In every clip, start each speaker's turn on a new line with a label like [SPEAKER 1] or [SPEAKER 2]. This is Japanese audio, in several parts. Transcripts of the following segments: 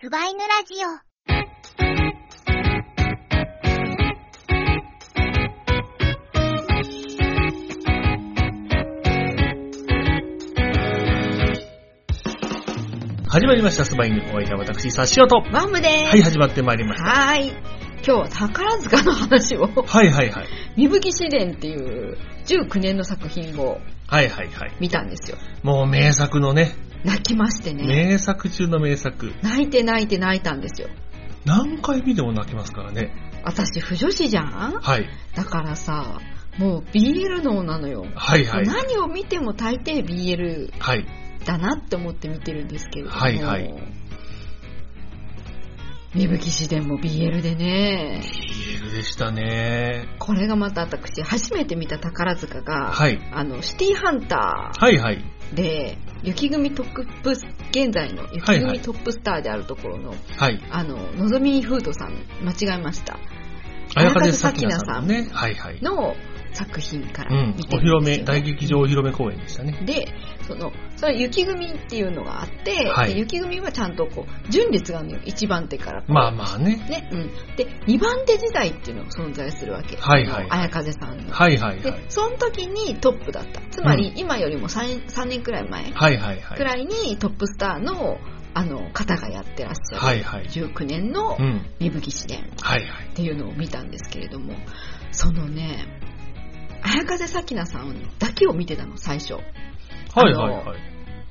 [SPEAKER 1] スバイヌラジオ。
[SPEAKER 2] 始まりました、スバイにお相手は私、サシオと。は
[SPEAKER 3] ワンムです。
[SPEAKER 2] い、始まってまいりました。
[SPEAKER 3] はーい。今日は宝塚の話を、
[SPEAKER 2] はいはいはい。
[SPEAKER 3] みぶき試練っていう19年の作品を
[SPEAKER 2] はいはいはい。
[SPEAKER 3] 見たんですよ。
[SPEAKER 2] もう名作のね、
[SPEAKER 3] 泣きましてね。
[SPEAKER 2] 名作中の名作。
[SPEAKER 3] 泣いて泣いて泣いたんですよ。
[SPEAKER 2] 何回見ても泣きますからね。
[SPEAKER 3] 私、不女子じゃん
[SPEAKER 2] はい。
[SPEAKER 3] だからさ、もう BL 脳なのよ。
[SPEAKER 2] はいはい。
[SPEAKER 3] 何を見ても大抵 BL
[SPEAKER 2] はい。
[SPEAKER 3] だなって思って見てるんですけれども。
[SPEAKER 2] はいはい
[SPEAKER 3] みぶき試練も BL でね、
[SPEAKER 2] BL でしたね。
[SPEAKER 3] これがまた私、初めて見た宝塚が、
[SPEAKER 2] はい。
[SPEAKER 3] あの、シティハンター、
[SPEAKER 2] はいはい。
[SPEAKER 3] で雪組トップス現在の雪組トップスターであるところの、
[SPEAKER 2] はい。
[SPEAKER 3] あののぞみフードさん間違えました
[SPEAKER 2] 綾
[SPEAKER 3] 綾
[SPEAKER 2] 風
[SPEAKER 3] 風
[SPEAKER 2] さき
[SPEAKER 3] 咲
[SPEAKER 2] な
[SPEAKER 3] 菜
[SPEAKER 2] さ
[SPEAKER 3] さ
[SPEAKER 2] ん
[SPEAKER 3] ん
[SPEAKER 2] ね。はいはい。
[SPEAKER 3] の作品か
[SPEAKER 2] う
[SPEAKER 3] ら
[SPEAKER 2] ん
[SPEAKER 3] 見。て
[SPEAKER 2] お披露
[SPEAKER 3] るんです
[SPEAKER 2] 目、
[SPEAKER 3] よ、
[SPEAKER 2] 大劇場お披露目公演でしたね。
[SPEAKER 3] でそのそれ雪組っていうのがあって、
[SPEAKER 2] はい
[SPEAKER 3] で雪組はちゃんとこう順列があるのよ1番手からこう
[SPEAKER 2] まあまあね。
[SPEAKER 3] ねうん、で2番手時代っていうのが存在するわけ、
[SPEAKER 2] はいはい
[SPEAKER 3] あの綾風さんの、
[SPEAKER 2] はいはいはい
[SPEAKER 3] で。その時にトップだったつま
[SPEAKER 2] う
[SPEAKER 3] り今よりも 3, 3年くらい前、
[SPEAKER 2] はいはいは
[SPEAKER 3] く
[SPEAKER 2] い。
[SPEAKER 3] らいにトップスターのあの方がやってらっしゃ
[SPEAKER 2] は
[SPEAKER 3] る、
[SPEAKER 2] いはい。
[SPEAKER 3] 19年の
[SPEAKER 2] うん。
[SPEAKER 3] みぶき試練
[SPEAKER 2] はいはい。
[SPEAKER 3] っていうのを見たんですけれどもそのね綾風咲菜さんだけを見てたの最初
[SPEAKER 2] はいはいはい。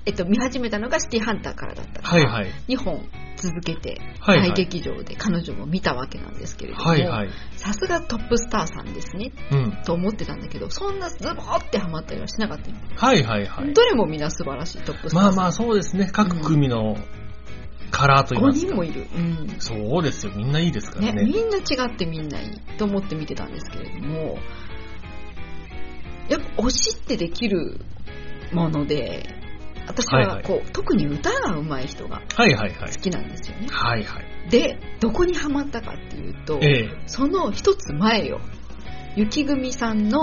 [SPEAKER 3] えっと見始めたのがシティハンターからだったか
[SPEAKER 2] はい
[SPEAKER 3] ら、
[SPEAKER 2] はい。
[SPEAKER 3] 2本続けて
[SPEAKER 2] はいはい
[SPEAKER 3] 大劇場で彼女も見たわけなんですけれども、
[SPEAKER 2] はいはい。
[SPEAKER 3] さすがトップスターさんですね
[SPEAKER 2] うん。
[SPEAKER 3] と思ってたんだけどそんなズボーってハマったりはしなかったの、
[SPEAKER 2] はいはいはい。
[SPEAKER 3] どれもみんな素晴らしいトップスタ
[SPEAKER 2] ま
[SPEAKER 3] ーさ
[SPEAKER 2] あ
[SPEAKER 3] ん、
[SPEAKER 2] まあそうですね。各組のカラーと言い
[SPEAKER 3] 5
[SPEAKER 2] ます
[SPEAKER 3] 人
[SPEAKER 2] か。
[SPEAKER 3] もいる、うん、
[SPEAKER 2] そうですよ。みんないいですから
[SPEAKER 3] ね、
[SPEAKER 2] ね。
[SPEAKER 3] みんな違ってみんないいと思って見てたんですけれども、やっぱ推しってできるもので、私
[SPEAKER 2] はいは
[SPEAKER 3] はいこう、特に歌が上手い人が
[SPEAKER 2] はいはいはい
[SPEAKER 3] 好。きなんですよね。
[SPEAKER 2] はいはい。
[SPEAKER 3] で、どこにハマったかっていうと、
[SPEAKER 2] ええ。
[SPEAKER 3] その一つ前よ。雪組さんの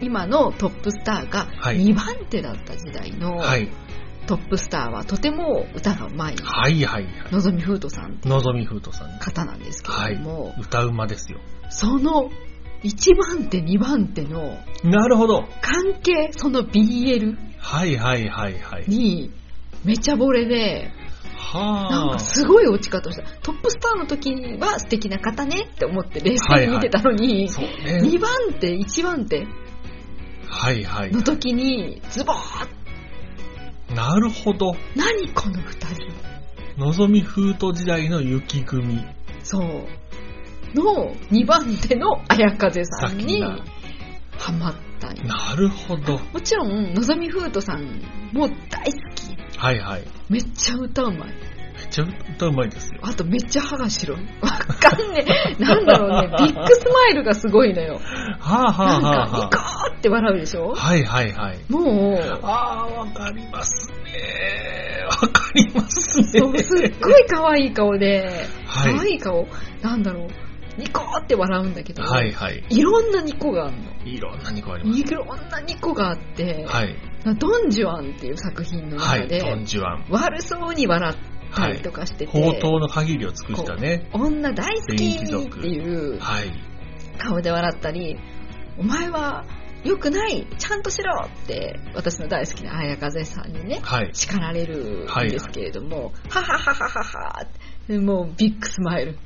[SPEAKER 3] 今のトップスターが
[SPEAKER 2] はい
[SPEAKER 3] 2番手だった時代の
[SPEAKER 2] はい。
[SPEAKER 3] トップスターはとても歌が上手い、
[SPEAKER 2] はいはいはい。
[SPEAKER 3] のぞみふうとさんって
[SPEAKER 2] のぞみふうとさん。
[SPEAKER 3] 方なんですけ
[SPEAKER 2] は
[SPEAKER 3] れ
[SPEAKER 2] い
[SPEAKER 3] ども、。
[SPEAKER 2] 歌うまですよ。
[SPEAKER 3] その1番手、2番手の
[SPEAKER 2] なるほど。
[SPEAKER 3] 関係、その BL
[SPEAKER 2] はいはいはいはい。
[SPEAKER 3] に、めちゃボレで、なん
[SPEAKER 2] は
[SPEAKER 3] か
[SPEAKER 2] あ。
[SPEAKER 3] すごい落ち方をした。トップスターの時は素敵な方ねって思って冷静に見てたのに、
[SPEAKER 2] そうね。
[SPEAKER 3] 2番手、1番手
[SPEAKER 2] はいはい。
[SPEAKER 3] の時に、ズボーッ
[SPEAKER 2] なるほど。
[SPEAKER 3] 何この2人
[SPEAKER 2] のぞみふうと時代の雪組。
[SPEAKER 3] そう。の2番手の綾風さん
[SPEAKER 2] 先
[SPEAKER 3] に
[SPEAKER 2] な。
[SPEAKER 3] ハマったんよ
[SPEAKER 2] なるほど。
[SPEAKER 3] もちろん、のぞみふうとさんも大好き。
[SPEAKER 2] はいはい。
[SPEAKER 3] めっちゃ歌うまい。
[SPEAKER 2] めっちゃ歌うまいですよ。
[SPEAKER 3] あとめっちゃ歯が白い。わかんねえ。なんだろう ね。ビッグスマイルがすごいのよ。
[SPEAKER 2] はあは
[SPEAKER 3] な
[SPEAKER 2] あは
[SPEAKER 3] んか、ニ
[SPEAKER 2] あは
[SPEAKER 3] コーって笑うでし
[SPEAKER 2] あ。
[SPEAKER 3] ょ
[SPEAKER 2] はいはいはい。
[SPEAKER 3] もう、
[SPEAKER 2] ああ、わかりますね。わかりますね。
[SPEAKER 3] そうすっごい可愛い顔で、
[SPEAKER 2] はい
[SPEAKER 3] 可愛い顔、なんだろう、ニコーって笑うんだけど、
[SPEAKER 2] はいはい。
[SPEAKER 3] いろんなニコがあるの。
[SPEAKER 2] いろんな2個あります。
[SPEAKER 3] いろんなニコがあって、
[SPEAKER 2] はい。
[SPEAKER 3] ドンジュアンっていう作品の
[SPEAKER 2] は
[SPEAKER 3] 中
[SPEAKER 2] い。
[SPEAKER 3] で、
[SPEAKER 2] トンジュアン。
[SPEAKER 3] 悪そうに笑ったりとかしてて、
[SPEAKER 2] 宝刀の限りを尽くしたね。
[SPEAKER 3] 女大好きっていう
[SPEAKER 2] はい。
[SPEAKER 3] 顔で笑ったり、お前は良くない、ちゃんとしろって私の大好きな綾風さんにね、
[SPEAKER 2] はい。
[SPEAKER 3] 叱られるん
[SPEAKER 2] はい
[SPEAKER 3] ですけれども、ははははははってもうビッグスマイル。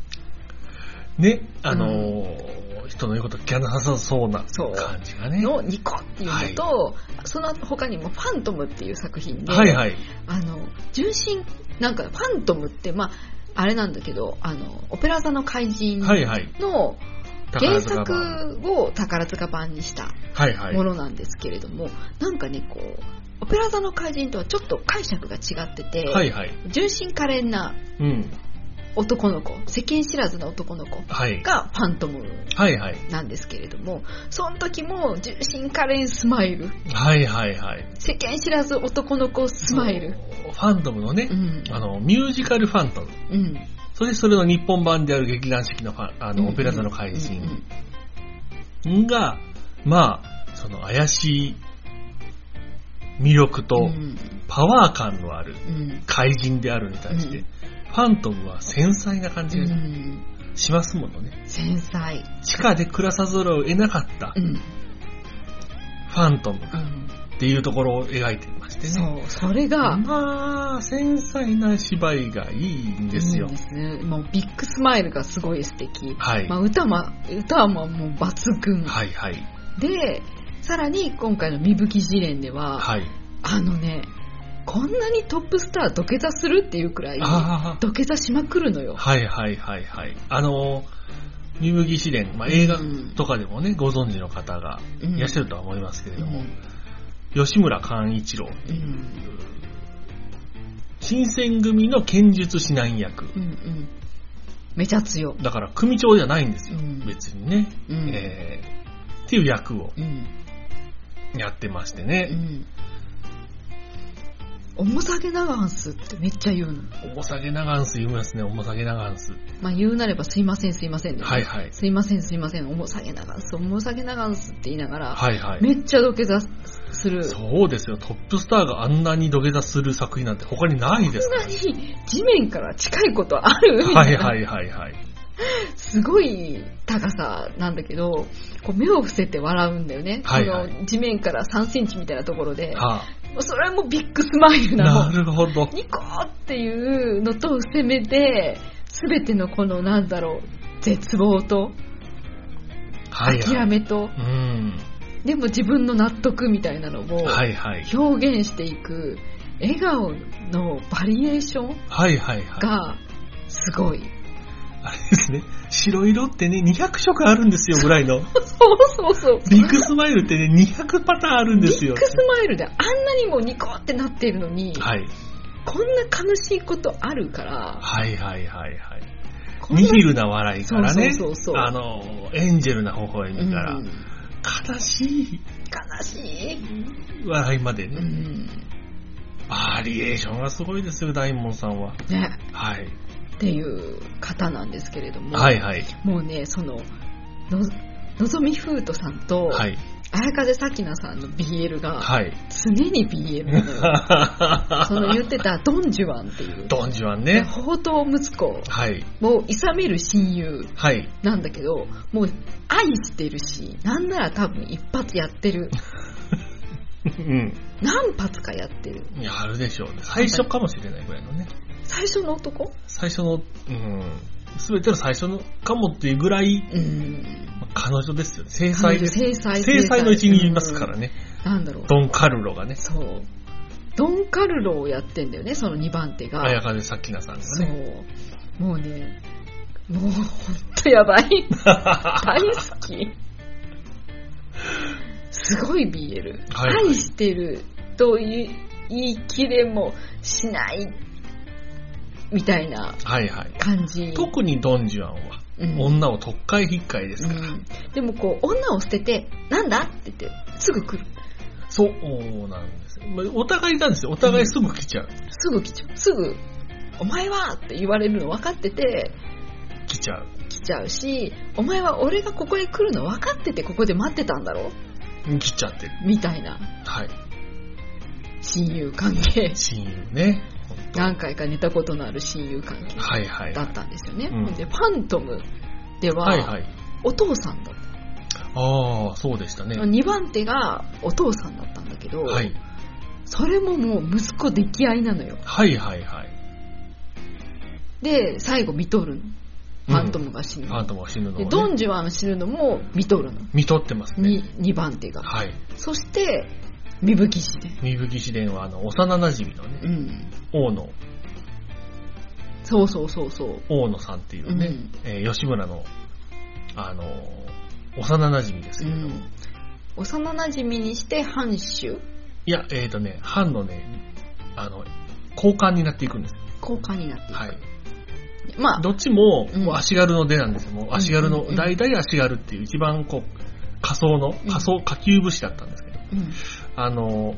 [SPEAKER 2] ね、あのー人の言うこと聞かなさそうな
[SPEAKER 3] そう
[SPEAKER 2] 感じがね。
[SPEAKER 3] のニコっていうのと、その他にも「ファントム」っていう作品で、
[SPEAKER 2] はいはい。
[SPEAKER 3] あの純真なんかファントムってまああれなんだけどあのオペラ座の怪人
[SPEAKER 2] はいはい。
[SPEAKER 3] の
[SPEAKER 2] 宝
[SPEAKER 3] 原
[SPEAKER 2] 塚版。
[SPEAKER 3] 作を宝塚版にした
[SPEAKER 2] はいはい
[SPEAKER 3] も。のなんですけれども、なんかねこうオペラ座の怪人とはちょっと解釈が違ってて、
[SPEAKER 2] はいはい。
[SPEAKER 3] 純真可憐な
[SPEAKER 2] うん。
[SPEAKER 3] 男の子世間知らずな男の子
[SPEAKER 2] はい。
[SPEAKER 3] がファントム
[SPEAKER 2] はいはい。
[SPEAKER 3] なんですけれどもその時も純真可憐スマイル
[SPEAKER 2] はいはいはい。
[SPEAKER 3] 世間知らず男の子スマイル
[SPEAKER 2] ファンドムのね
[SPEAKER 3] う、ん
[SPEAKER 2] あの、ミュージカルファントム。
[SPEAKER 3] うん
[SPEAKER 2] それそれの日本版である劇団四季のファン、あの、オペラ座の怪人。
[SPEAKER 3] うん
[SPEAKER 2] が、まあ、その怪しい魅力
[SPEAKER 3] う
[SPEAKER 2] と
[SPEAKER 3] ん
[SPEAKER 2] パワー感のある
[SPEAKER 3] うん
[SPEAKER 2] 怪人であるに対して、ファントムは繊細な感
[SPEAKER 3] う
[SPEAKER 2] じが
[SPEAKER 3] ん、
[SPEAKER 2] しますものね。
[SPEAKER 3] 繊細。
[SPEAKER 2] 地下で暮らさざるを得なかった
[SPEAKER 3] うん、
[SPEAKER 2] ファントム
[SPEAKER 3] う
[SPEAKER 2] が
[SPEAKER 3] ん。
[SPEAKER 2] っていうところを描いてましてね。
[SPEAKER 3] そう、それが、
[SPEAKER 2] まあ、繊細な芝居がいいんですよ
[SPEAKER 3] いい。ですもうビッグスマイルがすごい素敵。
[SPEAKER 2] はい
[SPEAKER 3] ま。あ、歌も、歌ももう抜群。
[SPEAKER 2] はいはい。
[SPEAKER 3] で、さらに今回の芽吹き試練では、
[SPEAKER 2] はい。
[SPEAKER 3] あのね、こんなにトップスター土下座するっていうくらい、
[SPEAKER 2] ああ。
[SPEAKER 3] 土下座しまくるのよ。
[SPEAKER 2] はいはいはいはい。あの、ミムギ試練、まあ、映画
[SPEAKER 3] うん
[SPEAKER 2] とかでもね、ご存知の方が
[SPEAKER 3] うん
[SPEAKER 2] いらっしゃるとは思いますけれ
[SPEAKER 3] う
[SPEAKER 2] ども、
[SPEAKER 3] ん
[SPEAKER 2] 吉村寛一郎
[SPEAKER 3] うんうん
[SPEAKER 2] 新選組の剣術指南役。
[SPEAKER 3] うんめちゃ強
[SPEAKER 2] だから、組長じゃないんですよ。
[SPEAKER 3] うん
[SPEAKER 2] 別にね。
[SPEAKER 3] うん
[SPEAKER 2] えーっていう役を
[SPEAKER 3] うん
[SPEAKER 2] やってまして
[SPEAKER 3] う
[SPEAKER 2] ね。
[SPEAKER 3] ん重さげなガンスってめっちゃ言うの。
[SPEAKER 2] 重さげなガンス言いますね、重さげなガンス。
[SPEAKER 3] まあ言うなればすいませんすいませんで、
[SPEAKER 2] はいはい。
[SPEAKER 3] すいませんすいません、重さげなガンス、重さげなガンスって言いながら、
[SPEAKER 2] はいはい。
[SPEAKER 3] めっちゃ土下座する。そん
[SPEAKER 2] そうですよ、トップスターがあんなに土下座する作品なんて他にないですか
[SPEAKER 3] なに地面から近いことあるみた
[SPEAKER 2] ら。はいい
[SPEAKER 3] な
[SPEAKER 2] はいはいはい。
[SPEAKER 3] すごい高さなんだけど、こう目を伏せて笑うんだよね。
[SPEAKER 2] はいはい
[SPEAKER 3] その地面から3センチみたいなところで。
[SPEAKER 2] は
[SPEAKER 3] それはもうビッグスマイ
[SPEAKER 2] あ、
[SPEAKER 3] ルなの。
[SPEAKER 2] なるほど。
[SPEAKER 3] ニコーっていうのと攻めて、すべてのこのなんだろう、絶望と
[SPEAKER 2] はい、は
[SPEAKER 3] 諦
[SPEAKER 2] い。
[SPEAKER 3] めと、
[SPEAKER 2] うん。
[SPEAKER 3] でも自分の納得みたいなのを
[SPEAKER 2] はいはい。
[SPEAKER 3] 表現していく、笑顔のバリエーション
[SPEAKER 2] はいはいはい。
[SPEAKER 3] がすごい。
[SPEAKER 2] あれですね、白色ってね、200色あるんですよぐらいの。
[SPEAKER 3] そうそうそう。
[SPEAKER 2] ビッグスマイルってね、200パターンあるんで
[SPEAKER 3] ビ
[SPEAKER 2] す
[SPEAKER 3] ッ
[SPEAKER 2] よ
[SPEAKER 3] グ。スマイルであんなにもニコってなっているのに、
[SPEAKER 2] はい。
[SPEAKER 3] こんな悲しいことあるから、
[SPEAKER 2] はいはいはいはい。
[SPEAKER 3] こんな
[SPEAKER 2] ニヒルな笑いからね。
[SPEAKER 3] そうそうそうそう
[SPEAKER 2] あの、エンジェルな微笑みから、
[SPEAKER 3] うん
[SPEAKER 2] 悲しい
[SPEAKER 3] 悲しい。
[SPEAKER 2] 笑いまでね。
[SPEAKER 3] うん。
[SPEAKER 2] バリエーションがすごいですよ、大門さんは。
[SPEAKER 3] ね。
[SPEAKER 2] はい。
[SPEAKER 3] っていう方なんですけれども、
[SPEAKER 2] はいはい。
[SPEAKER 3] もうねそのののぞみふうとさんと、
[SPEAKER 2] はい。
[SPEAKER 3] 綾風さきなさんの BL が
[SPEAKER 2] はい。
[SPEAKER 3] 常に BL な のよその言ってたドン・ジュワンっていう
[SPEAKER 2] ドンジュアン
[SPEAKER 3] で
[SPEAKER 2] ね。
[SPEAKER 3] 宝刀息子
[SPEAKER 2] はい。
[SPEAKER 3] をいさめる親友
[SPEAKER 2] はい。
[SPEAKER 3] なんだけどもう愛してるしなんなら多分一発やって る
[SPEAKER 2] うん。
[SPEAKER 3] 何発かやってる
[SPEAKER 2] いや、あるでしょうね。最初かもしれないぐらいのね。
[SPEAKER 3] 最初の男
[SPEAKER 2] 最初の、うん。すべての最初のかもっていうぐらい、
[SPEAKER 3] うん
[SPEAKER 2] まあ彼女ですよね。制裁です。
[SPEAKER 3] 制裁
[SPEAKER 2] 制裁の一員にいますからね。
[SPEAKER 3] なんだろう
[SPEAKER 2] ドン・カルロがね。
[SPEAKER 3] そうドン・カルロをやってんだよねその2番手が
[SPEAKER 2] 綾風さきなさんが
[SPEAKER 3] そう
[SPEAKER 2] ね。。
[SPEAKER 3] もうね、もうほんとやばい。大好き。すごい BL。
[SPEAKER 2] はいはい
[SPEAKER 3] 愛してると言い言い切れもしないみたいな
[SPEAKER 2] はいはい。
[SPEAKER 3] 感じ。
[SPEAKER 2] 特にドン・ジュアンは、
[SPEAKER 3] うん
[SPEAKER 2] 女を特会引っかいですから。
[SPEAKER 3] うんでもこう、女を捨てて、なんだって言って、すぐ来る。
[SPEAKER 2] そうなんですよ。まあお互いなんですよ。お互いすぐ来ちゃう。
[SPEAKER 3] すぐ来ちゃう。すぐ、お前はって言われるの分かってて、
[SPEAKER 2] 来ちゃう。
[SPEAKER 3] 来ちゃうし、お前は俺がここへ来るの分かってて、ここで待ってたんだろ
[SPEAKER 2] 来ちゃってる。
[SPEAKER 3] みたいな
[SPEAKER 2] はい。
[SPEAKER 3] 親友関係
[SPEAKER 2] 親友ね。本当
[SPEAKER 3] 何回か寝たことのある親友関係
[SPEAKER 2] はいはい。
[SPEAKER 3] だったんですよね、
[SPEAKER 2] うん
[SPEAKER 3] でファントムでは、
[SPEAKER 2] はいはい。
[SPEAKER 3] お父さんだった、
[SPEAKER 2] ああ、そうでしたね。
[SPEAKER 3] 2番手がお父さんだったんだけど、
[SPEAKER 2] はい。
[SPEAKER 3] それももう息子溺愛なのよ
[SPEAKER 2] はいはいはい。
[SPEAKER 3] で最後見とるのファントムが死ぬ、
[SPEAKER 2] ファントムが死ぬの
[SPEAKER 3] で
[SPEAKER 2] を
[SPEAKER 3] ド
[SPEAKER 2] ね、
[SPEAKER 3] ン・ジュワン死ぬのも見とるの
[SPEAKER 2] 見とってますね。
[SPEAKER 3] 2, 番手が
[SPEAKER 2] はい。
[SPEAKER 3] そして芽吹きして
[SPEAKER 2] 三吹試練は、あの、幼馴染のね、
[SPEAKER 3] うん
[SPEAKER 2] 大野、
[SPEAKER 3] そうそうそうそう
[SPEAKER 2] 大野さんっていうね、
[SPEAKER 3] うん
[SPEAKER 2] えー吉村の、あのー幼馴染です
[SPEAKER 3] う
[SPEAKER 2] けれども。
[SPEAKER 3] ん幼馴染にして藩主
[SPEAKER 2] いや、えっ、ー、とね、班のね、あの、交換になっていくんです。
[SPEAKER 3] 交換になっていく、
[SPEAKER 2] はい。
[SPEAKER 3] まあ
[SPEAKER 2] どっちも、
[SPEAKER 3] うん
[SPEAKER 2] もう足軽の出なんですよ。もう足軽
[SPEAKER 3] うんうんう
[SPEAKER 2] の、
[SPEAKER 3] ん
[SPEAKER 2] 大体足軽っていう一番こう、仮想の、仮想、下級武士だったんですけど、
[SPEAKER 3] うん
[SPEAKER 2] あの、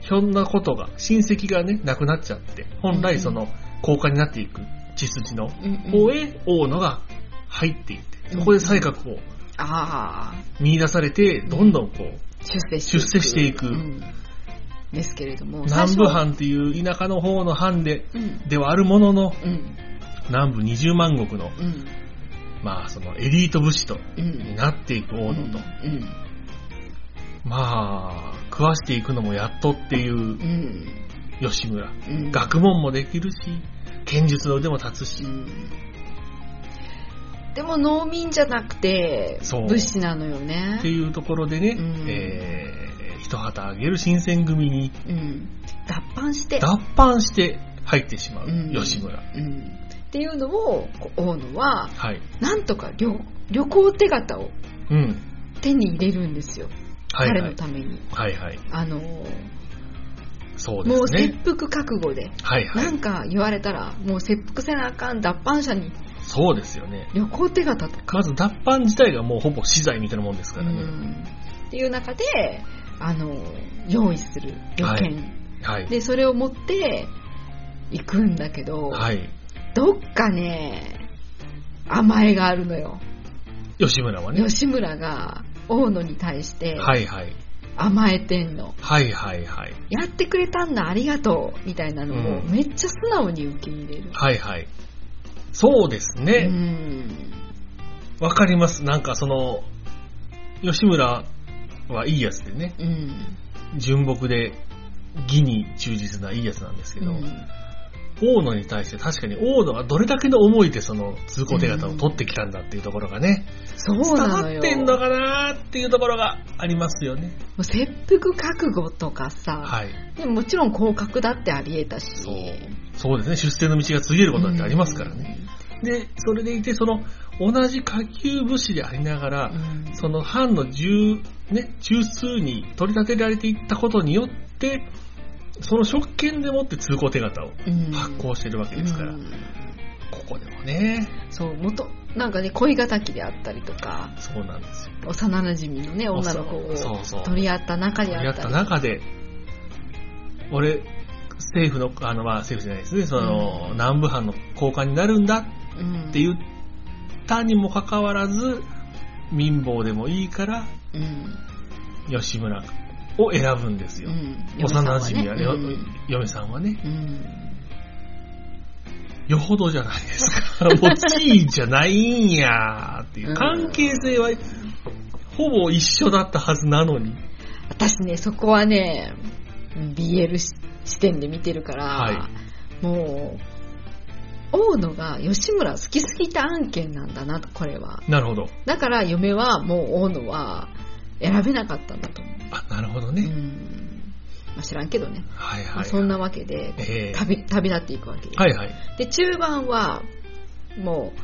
[SPEAKER 2] ひょんなことが、親戚がね、亡くなっちゃって、本
[SPEAKER 3] うんう
[SPEAKER 2] 来
[SPEAKER 3] ん
[SPEAKER 2] その、高官になっていく血筋の
[SPEAKER 3] うんうん
[SPEAKER 2] 方へ、大野が入っていって、そこで才覚を
[SPEAKER 3] ああ、
[SPEAKER 2] 見出されて、どんどんこう、
[SPEAKER 3] 出世していく。
[SPEAKER 2] 出世していく
[SPEAKER 3] うんですけれども、
[SPEAKER 2] 南部
[SPEAKER 3] 最初は
[SPEAKER 2] 藩っていう田舎の方の藩で、
[SPEAKER 3] うん、
[SPEAKER 2] ではあるものの、
[SPEAKER 3] うん、
[SPEAKER 2] 南部20万石の、
[SPEAKER 3] うん、
[SPEAKER 2] まあそのエリート武士と
[SPEAKER 3] うん。
[SPEAKER 2] なっていく
[SPEAKER 3] う
[SPEAKER 2] 王道と、
[SPEAKER 3] ん、
[SPEAKER 2] まあ、食わしていくのもやっとっていう
[SPEAKER 3] うん、うん
[SPEAKER 2] 吉村。
[SPEAKER 3] うん。
[SPEAKER 2] 学問もできるし、剣術の腕も立つし
[SPEAKER 3] う、んでも農民じゃなくて
[SPEAKER 2] そう
[SPEAKER 3] 武士なのよね
[SPEAKER 2] っていうところでね、
[SPEAKER 3] うん
[SPEAKER 2] えー、一旗あげる新選組に
[SPEAKER 3] うん、脱藩して、
[SPEAKER 2] 脱藩して入ってしまう、
[SPEAKER 3] うん
[SPEAKER 2] 吉村。
[SPEAKER 3] うん、っていうのをこう大野は
[SPEAKER 2] はい。
[SPEAKER 3] なんとか旅旅行手形を
[SPEAKER 2] うん。
[SPEAKER 3] 手に入れるんですよ、
[SPEAKER 2] はい
[SPEAKER 3] 彼
[SPEAKER 2] は
[SPEAKER 3] の
[SPEAKER 2] い。
[SPEAKER 3] ために。
[SPEAKER 2] はいはい。
[SPEAKER 3] あの
[SPEAKER 2] そうで
[SPEAKER 3] もう
[SPEAKER 2] す
[SPEAKER 3] 切
[SPEAKER 2] ね。
[SPEAKER 3] 腹覚悟で、
[SPEAKER 2] はいは。
[SPEAKER 3] ないんか言われたらもう切腹せなあかん脱藩者に
[SPEAKER 2] そうですよね。
[SPEAKER 3] 旅行手形と
[SPEAKER 2] まず脱藩自体がもうほぼ死罪みたいなもんですか
[SPEAKER 3] う
[SPEAKER 2] らね。
[SPEAKER 3] ん、っていう中であの用意する旅券、
[SPEAKER 2] はい。
[SPEAKER 3] でそれを持って行くんだけど、
[SPEAKER 2] はい。
[SPEAKER 3] どっかね甘えがあるのよ
[SPEAKER 2] 吉村はね。
[SPEAKER 3] 吉村が大野に対して
[SPEAKER 2] はいはい。
[SPEAKER 3] 甘えてんの、
[SPEAKER 2] はいはいはい。
[SPEAKER 3] やってくれたんだありがとうみたいなのを
[SPEAKER 2] うん
[SPEAKER 3] めっちゃ素直に受け入れる、
[SPEAKER 2] はいはい。そうです
[SPEAKER 3] う
[SPEAKER 2] ね。
[SPEAKER 3] ん
[SPEAKER 2] わ、かります。なんかその、吉村はいいやつでね、
[SPEAKER 3] うん
[SPEAKER 2] 純朴で、義に忠実ないいやつなんですけど、
[SPEAKER 3] うん
[SPEAKER 2] 大野に対して確かに大野がどれだけの思いでその通行手形を取ってきたんだっていうところがね、
[SPEAKER 3] そう
[SPEAKER 2] 伝
[SPEAKER 3] な
[SPEAKER 2] わ
[SPEAKER 3] のよ
[SPEAKER 2] ってんのかなーっていうところがありますよね。
[SPEAKER 3] もう切腹覚悟とかさ、
[SPEAKER 2] はい。
[SPEAKER 3] でももちろん降格だってありえたし
[SPEAKER 2] そう。そうですね。出世の道が通じることだってありますからね。で、それでいて、その、同じ下級武士でありながら、
[SPEAKER 3] うん
[SPEAKER 2] その藩の重、ね、中枢に取り立てられていったことによって、その職権でもって通行手形を
[SPEAKER 3] うん
[SPEAKER 2] 発行してるわけですから、
[SPEAKER 3] うん
[SPEAKER 2] ここでもね、
[SPEAKER 3] そう元なんかね恋敵であったりとか
[SPEAKER 2] そうなんですよ。
[SPEAKER 3] 幼馴染のね女の子を
[SPEAKER 2] そうそう。
[SPEAKER 3] 取り合った中に
[SPEAKER 2] 取り
[SPEAKER 3] あ
[SPEAKER 2] 合
[SPEAKER 3] っ
[SPEAKER 2] ったた
[SPEAKER 3] り
[SPEAKER 2] 中で、俺、政府の、あの、まあ、政府じゃないですね、その、
[SPEAKER 3] うん
[SPEAKER 2] 南部藩の高官になるんだって言ったにもかかわらず、民法でもいいから、
[SPEAKER 3] うんうん
[SPEAKER 2] 吉村を選ぶんですよ。
[SPEAKER 3] うん
[SPEAKER 2] 幼馴染はね、
[SPEAKER 3] 嫁さんは
[SPEAKER 2] よ嫁さんはね、
[SPEAKER 3] うん
[SPEAKER 2] よほどじゃないですか。もう地位じゃないんやーっていうう。
[SPEAKER 3] ん
[SPEAKER 2] 関係性は、ほぼ一緒だったはずなのに。
[SPEAKER 3] 私ねそこはね BL し視点で見てるから、
[SPEAKER 2] はい
[SPEAKER 3] もう大野が吉村好きすぎた案件なんだなとこれは
[SPEAKER 2] なるほど。
[SPEAKER 3] だから嫁はもう大野は選べなかったんだと思う、
[SPEAKER 2] あ、なるほど
[SPEAKER 3] う
[SPEAKER 2] ね。
[SPEAKER 3] んまあ、知らんけどね、
[SPEAKER 2] はい
[SPEAKER 3] ま
[SPEAKER 2] は
[SPEAKER 3] あ
[SPEAKER 2] い。
[SPEAKER 3] そんなわけで
[SPEAKER 2] ええ
[SPEAKER 3] 旅旅立っていくわけです、
[SPEAKER 2] はいはい。
[SPEAKER 3] で中盤はもう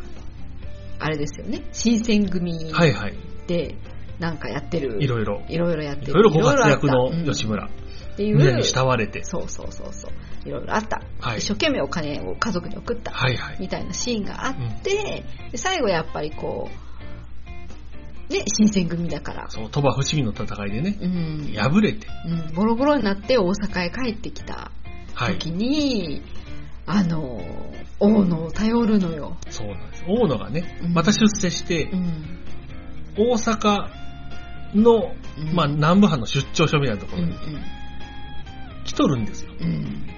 [SPEAKER 3] あれですよね新選組
[SPEAKER 2] はいはい。
[SPEAKER 3] でなんかやってる、
[SPEAKER 2] いろいろ。
[SPEAKER 3] いろいろやって
[SPEAKER 2] い
[SPEAKER 3] る
[SPEAKER 2] ろいろご活躍の
[SPEAKER 3] いろいろあった
[SPEAKER 2] 吉村。
[SPEAKER 3] うんっていう
[SPEAKER 2] 皆に慕われて。
[SPEAKER 3] そうそうそうそういろいろあった、
[SPEAKER 2] はい
[SPEAKER 3] 一生懸命お金を家族に送った、
[SPEAKER 2] はいはい。
[SPEAKER 3] みたいなシーンがあって、で最後やっぱりこうね新選組だから
[SPEAKER 2] そう、鳥羽伏見の戦いでね、
[SPEAKER 3] うん、
[SPEAKER 2] 敗れて。
[SPEAKER 3] うん、ボロボロになって大阪へ帰ってきた
[SPEAKER 2] はい。
[SPEAKER 3] 時に、あの大野を頼るのよ、
[SPEAKER 2] そうなんです。大野がね
[SPEAKER 3] うん、
[SPEAKER 2] また出世して
[SPEAKER 3] う、ん
[SPEAKER 2] 大阪の、
[SPEAKER 3] うん
[SPEAKER 2] まあ、南部藩の出張所みたいなとこ
[SPEAKER 3] うん
[SPEAKER 2] ろに来とるんですよ。
[SPEAKER 3] うんうん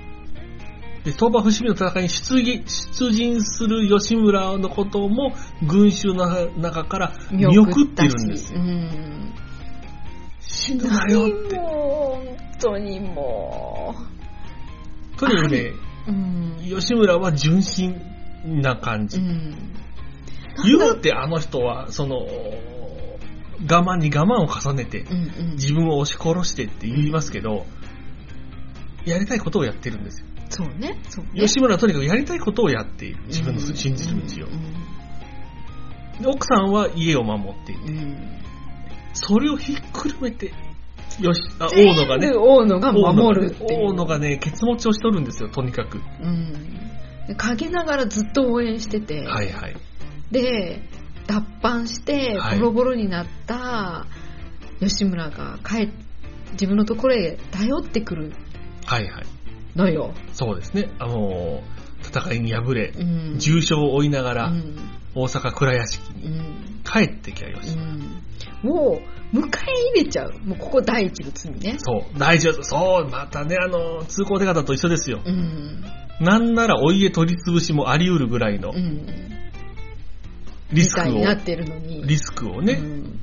[SPEAKER 2] で、鳥羽伏見の戦いに出陣出陣する吉村のことも群衆の中から見送ってるんですよ。
[SPEAKER 3] うん
[SPEAKER 2] 死ぬなよって。
[SPEAKER 3] もう本当にも
[SPEAKER 2] とにかくね、
[SPEAKER 3] ううん、
[SPEAKER 2] 吉村は純真な感
[SPEAKER 3] う
[SPEAKER 2] じ。
[SPEAKER 3] ん、
[SPEAKER 2] 言うてあの人は、その、我慢に我慢を重ねて
[SPEAKER 3] う、んうん
[SPEAKER 2] 自分を押し殺してって言いますけど、やりたいことをやってるんですよ。
[SPEAKER 3] そうねそうね
[SPEAKER 2] 吉村はとにかくやりたいことをやっている。自分の信じる道を
[SPEAKER 3] う。
[SPEAKER 2] で奥さんは家を守っている。
[SPEAKER 3] んうん
[SPEAKER 2] それをひっくるめて、よし、あ、大野がね
[SPEAKER 3] 全、部大野が守るっていう
[SPEAKER 2] 大野がね、ケツ持ちをしとるんですよ、とにかく。
[SPEAKER 3] うんで陰ながらずっと応援してて、
[SPEAKER 2] はいはい。
[SPEAKER 3] で脱藩して
[SPEAKER 2] はい
[SPEAKER 3] ボロボロになった吉村が帰っ自分のところへ頼ってくる
[SPEAKER 2] はいはい。
[SPEAKER 3] のよ、
[SPEAKER 2] そうですね。あのー、戦いに敗れ、
[SPEAKER 3] うん、
[SPEAKER 2] 重傷を負いなが
[SPEAKER 3] う
[SPEAKER 2] ら、
[SPEAKER 3] ん
[SPEAKER 2] 大阪倉屋敷に
[SPEAKER 3] うん
[SPEAKER 2] 帰ってきゃよ
[SPEAKER 3] う
[SPEAKER 2] し。
[SPEAKER 3] んを迎え入れちゃう。もうここ第一の罪ね。
[SPEAKER 2] そう、大丈夫。そう、またね、あの、通行手形と一緒ですよ。
[SPEAKER 3] うん。
[SPEAKER 2] なんならお家取り潰しもあり得るぐらいの
[SPEAKER 3] うん。
[SPEAKER 2] リスク
[SPEAKER 3] みたいに
[SPEAKER 2] を
[SPEAKER 3] な、ってるのに。
[SPEAKER 2] リスクを
[SPEAKER 3] う
[SPEAKER 2] ね、
[SPEAKER 3] ん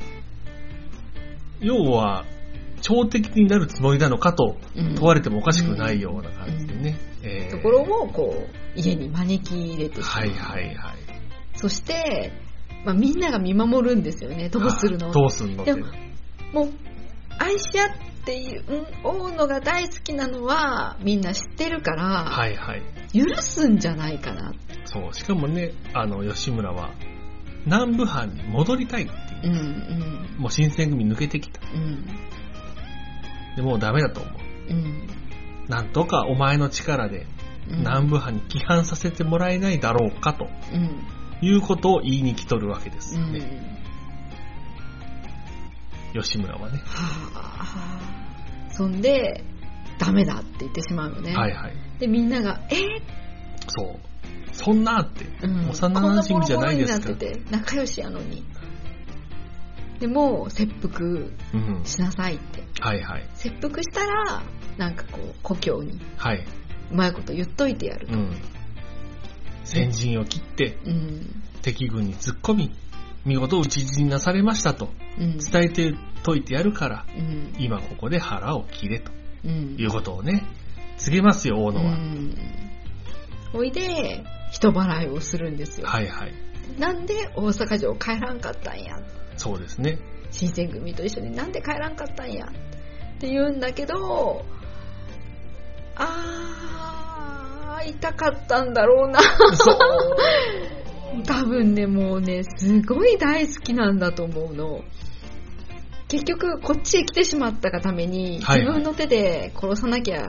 [SPEAKER 2] 要は、超敵になるつもりなのかと
[SPEAKER 3] うん
[SPEAKER 2] 問われてもおかしくないような感じでね。えー
[SPEAKER 3] ところをこう家に招き入れてしま
[SPEAKER 2] は
[SPEAKER 3] う
[SPEAKER 2] いはいはい。
[SPEAKER 3] そして、まあ、みんなが見守るんですよねどうするの
[SPEAKER 2] あどうするのって
[SPEAKER 3] でももう愛し合っている追うのが大好きなのはみんな知ってるから、
[SPEAKER 2] はいはい。
[SPEAKER 3] 許すんじゃないかな
[SPEAKER 2] そう、しかもね、あの、吉村は、南部藩に戻りたいって
[SPEAKER 3] う
[SPEAKER 2] い
[SPEAKER 3] ん
[SPEAKER 2] う。
[SPEAKER 3] うん
[SPEAKER 2] もう新選組抜けてきた。
[SPEAKER 3] うん
[SPEAKER 2] でもうダメだと思う。
[SPEAKER 3] うん
[SPEAKER 2] なんとかお前の力で
[SPEAKER 3] うん
[SPEAKER 2] 南部藩に批判させてもらえないだろうかと
[SPEAKER 3] うん
[SPEAKER 2] いうことを言いに来とるわけです
[SPEAKER 3] う
[SPEAKER 2] よ
[SPEAKER 3] ん
[SPEAKER 2] ね。吉村はね。
[SPEAKER 3] はあそんでダメだって言ってしまうのね、
[SPEAKER 2] はいはい。
[SPEAKER 3] でみんなが「えー
[SPEAKER 2] そう。そんなって。
[SPEAKER 3] うん、
[SPEAKER 2] 幼馴染じゃないですか
[SPEAKER 3] こんなボロボロになってて仲良しやのにでもう切腹
[SPEAKER 2] うん。
[SPEAKER 3] しなさいって
[SPEAKER 2] はいはい。
[SPEAKER 3] 切腹したらなんかこう故郷に
[SPEAKER 2] はい。
[SPEAKER 3] うまいこと言っといてやる
[SPEAKER 2] う、ん。先陣を切って
[SPEAKER 3] うん
[SPEAKER 2] 敵軍に突っ込み、見事討ち死になされましたと
[SPEAKER 3] うん
[SPEAKER 2] 伝えてといてやるから、
[SPEAKER 3] うん
[SPEAKER 2] 今ここで腹を切れと
[SPEAKER 3] うん
[SPEAKER 2] いうことをね、告げますよ、大野
[SPEAKER 3] う
[SPEAKER 2] は。
[SPEAKER 3] んおいで人払いをするんですよ、
[SPEAKER 2] はいはい。
[SPEAKER 3] なんで大阪城帰らんかったんや
[SPEAKER 2] そうです ね。
[SPEAKER 3] 新選組と一緒になんで帰らんかったんやって言うんだけどあー会いたかったんだろうな
[SPEAKER 2] そう。
[SPEAKER 3] 多分ねもうねすごい大好きなんだと思うの結局こっちへ来てしまったがために
[SPEAKER 2] はいはい
[SPEAKER 3] 自分の手で殺さなきゃ、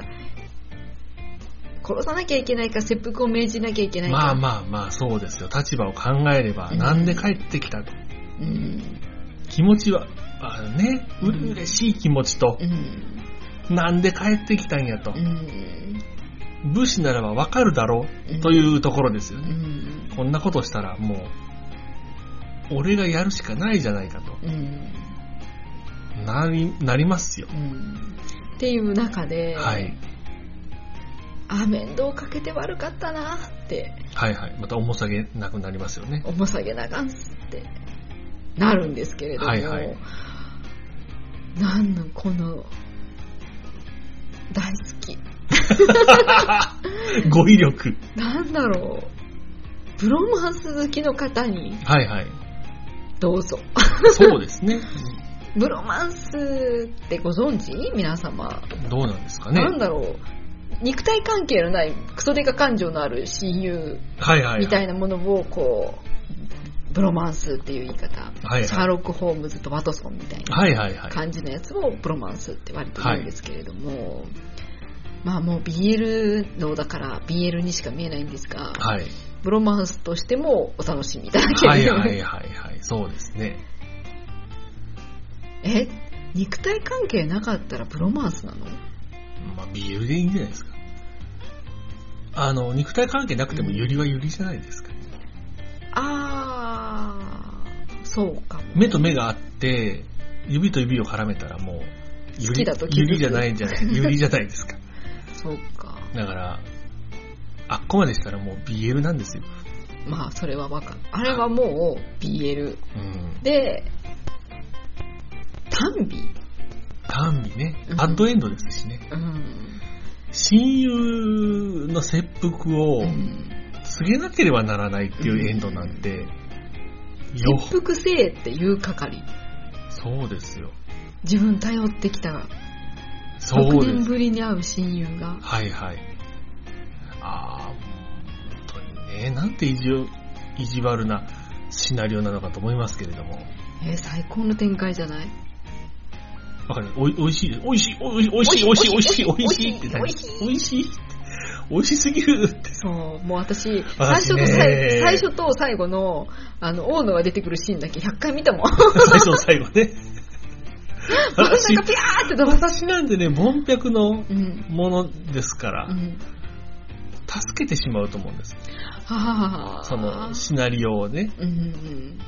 [SPEAKER 3] 殺さなきゃいけないか切腹を命じなきゃいけないか、
[SPEAKER 2] まあまあまあ、そうですよ。立場を考えれば、
[SPEAKER 3] うん
[SPEAKER 2] なんで帰ってきたと。
[SPEAKER 3] うん
[SPEAKER 2] 気持ちは、あのね、う
[SPEAKER 3] うん
[SPEAKER 2] 嬉しい気持ちと
[SPEAKER 3] う、ん
[SPEAKER 2] なんで帰ってきたんやと
[SPEAKER 3] う。ん
[SPEAKER 2] 武士ならばわかるだろ
[SPEAKER 3] う
[SPEAKER 2] う、
[SPEAKER 3] ん
[SPEAKER 2] というところですよ
[SPEAKER 3] う
[SPEAKER 2] ね。
[SPEAKER 3] ん
[SPEAKER 2] こんなことしたら、もう、俺がやるしかないじゃないかと。
[SPEAKER 3] うん
[SPEAKER 2] なり、なりますよ
[SPEAKER 3] う。んっていう中で、
[SPEAKER 2] はい。
[SPEAKER 3] あ面倒かけて悪かったなって
[SPEAKER 2] はいはい。また重さげなくなりますよ ね。
[SPEAKER 3] 重さげな感じってなるんですけれども、
[SPEAKER 2] はいはい
[SPEAKER 3] なんのこの大好き
[SPEAKER 2] 語彙力。
[SPEAKER 3] なんだろうブロマンス好きの方に
[SPEAKER 2] はいはい。
[SPEAKER 3] どうぞ
[SPEAKER 2] そうですね。
[SPEAKER 3] ブロマンスってご存知皆様、
[SPEAKER 2] どうなんですかね。
[SPEAKER 3] なんだろう肉体関係のないクソデカ感情のある親友
[SPEAKER 2] はいはい、はい。
[SPEAKER 3] みたいなものをこうブロマンスっていう言い方、
[SPEAKER 2] はいはい
[SPEAKER 3] シャーロック・ホームズとワトソンみたいな
[SPEAKER 2] はいはいはい。
[SPEAKER 3] 感じのやつをブロマンスって割と言うんですけれども、まあもう BL のだから BL にしか見えないんですが、
[SPEAKER 2] はい。
[SPEAKER 3] ブロマンスとしてもお楽しみいただける、
[SPEAKER 2] はいはいはいはい。そうですね。
[SPEAKER 3] え肉体関係なかったらブロマンスなの
[SPEAKER 2] まあ、BL でいいんじゃないですか。あの、肉体関係なくても、
[SPEAKER 3] うん
[SPEAKER 2] ゆりはゆりじゃないですか。
[SPEAKER 3] あーそうかも
[SPEAKER 2] 目と目があって、指と指を絡めたらもう、ゆ
[SPEAKER 3] 好
[SPEAKER 2] り
[SPEAKER 3] きだと気づく
[SPEAKER 2] ゆりじゃないんじゃない、ゆりじゃないですか。
[SPEAKER 3] そうか
[SPEAKER 2] だから、あっこまでしたらもう BL なんですよ。
[SPEAKER 3] まあそれはわかるあれはもう BL
[SPEAKER 2] うん。
[SPEAKER 3] で単美
[SPEAKER 2] 単美ね
[SPEAKER 3] う。ん
[SPEAKER 2] アッドエンドですしね。
[SPEAKER 3] うん、
[SPEAKER 2] 親友の切腹を
[SPEAKER 3] うん
[SPEAKER 2] 告げなければならないっていうエンドなんて、よ、
[SPEAKER 3] 切腹せえっていう係
[SPEAKER 2] そうですよ。
[SPEAKER 3] 自分頼ってきた
[SPEAKER 2] そう
[SPEAKER 3] 6
[SPEAKER 2] で
[SPEAKER 3] 年
[SPEAKER 2] す。
[SPEAKER 3] ぶりに会う親友が
[SPEAKER 2] はいはい。ああ、もう本当にね、なんて意地を意地悪なシナリオなのかと思いますけれども。
[SPEAKER 3] えー最高の展開じゃない
[SPEAKER 2] わかるおいおいしい、おいしい、おいおいしい、おいしい、おいしい、おいしいって何
[SPEAKER 3] おいしい
[SPEAKER 2] おいしいって。おいしすぎるって。
[SPEAKER 3] そうもう私最
[SPEAKER 2] 私
[SPEAKER 3] 初と
[SPEAKER 2] ね
[SPEAKER 3] 最最初と最後のあの大野が出てくるシーンだけ100回見た もん
[SPEAKER 2] 最初の最後ね。
[SPEAKER 3] 真ん中
[SPEAKER 2] 私、
[SPEAKER 3] ピャーって飛ばさ
[SPEAKER 2] 私なんでね、ボンピャクの
[SPEAKER 3] うん
[SPEAKER 2] ものですから
[SPEAKER 3] う、ん
[SPEAKER 2] 助けてしまうと思うんです。
[SPEAKER 3] はあ
[SPEAKER 2] そのシナリオをね、
[SPEAKER 3] うんうんうん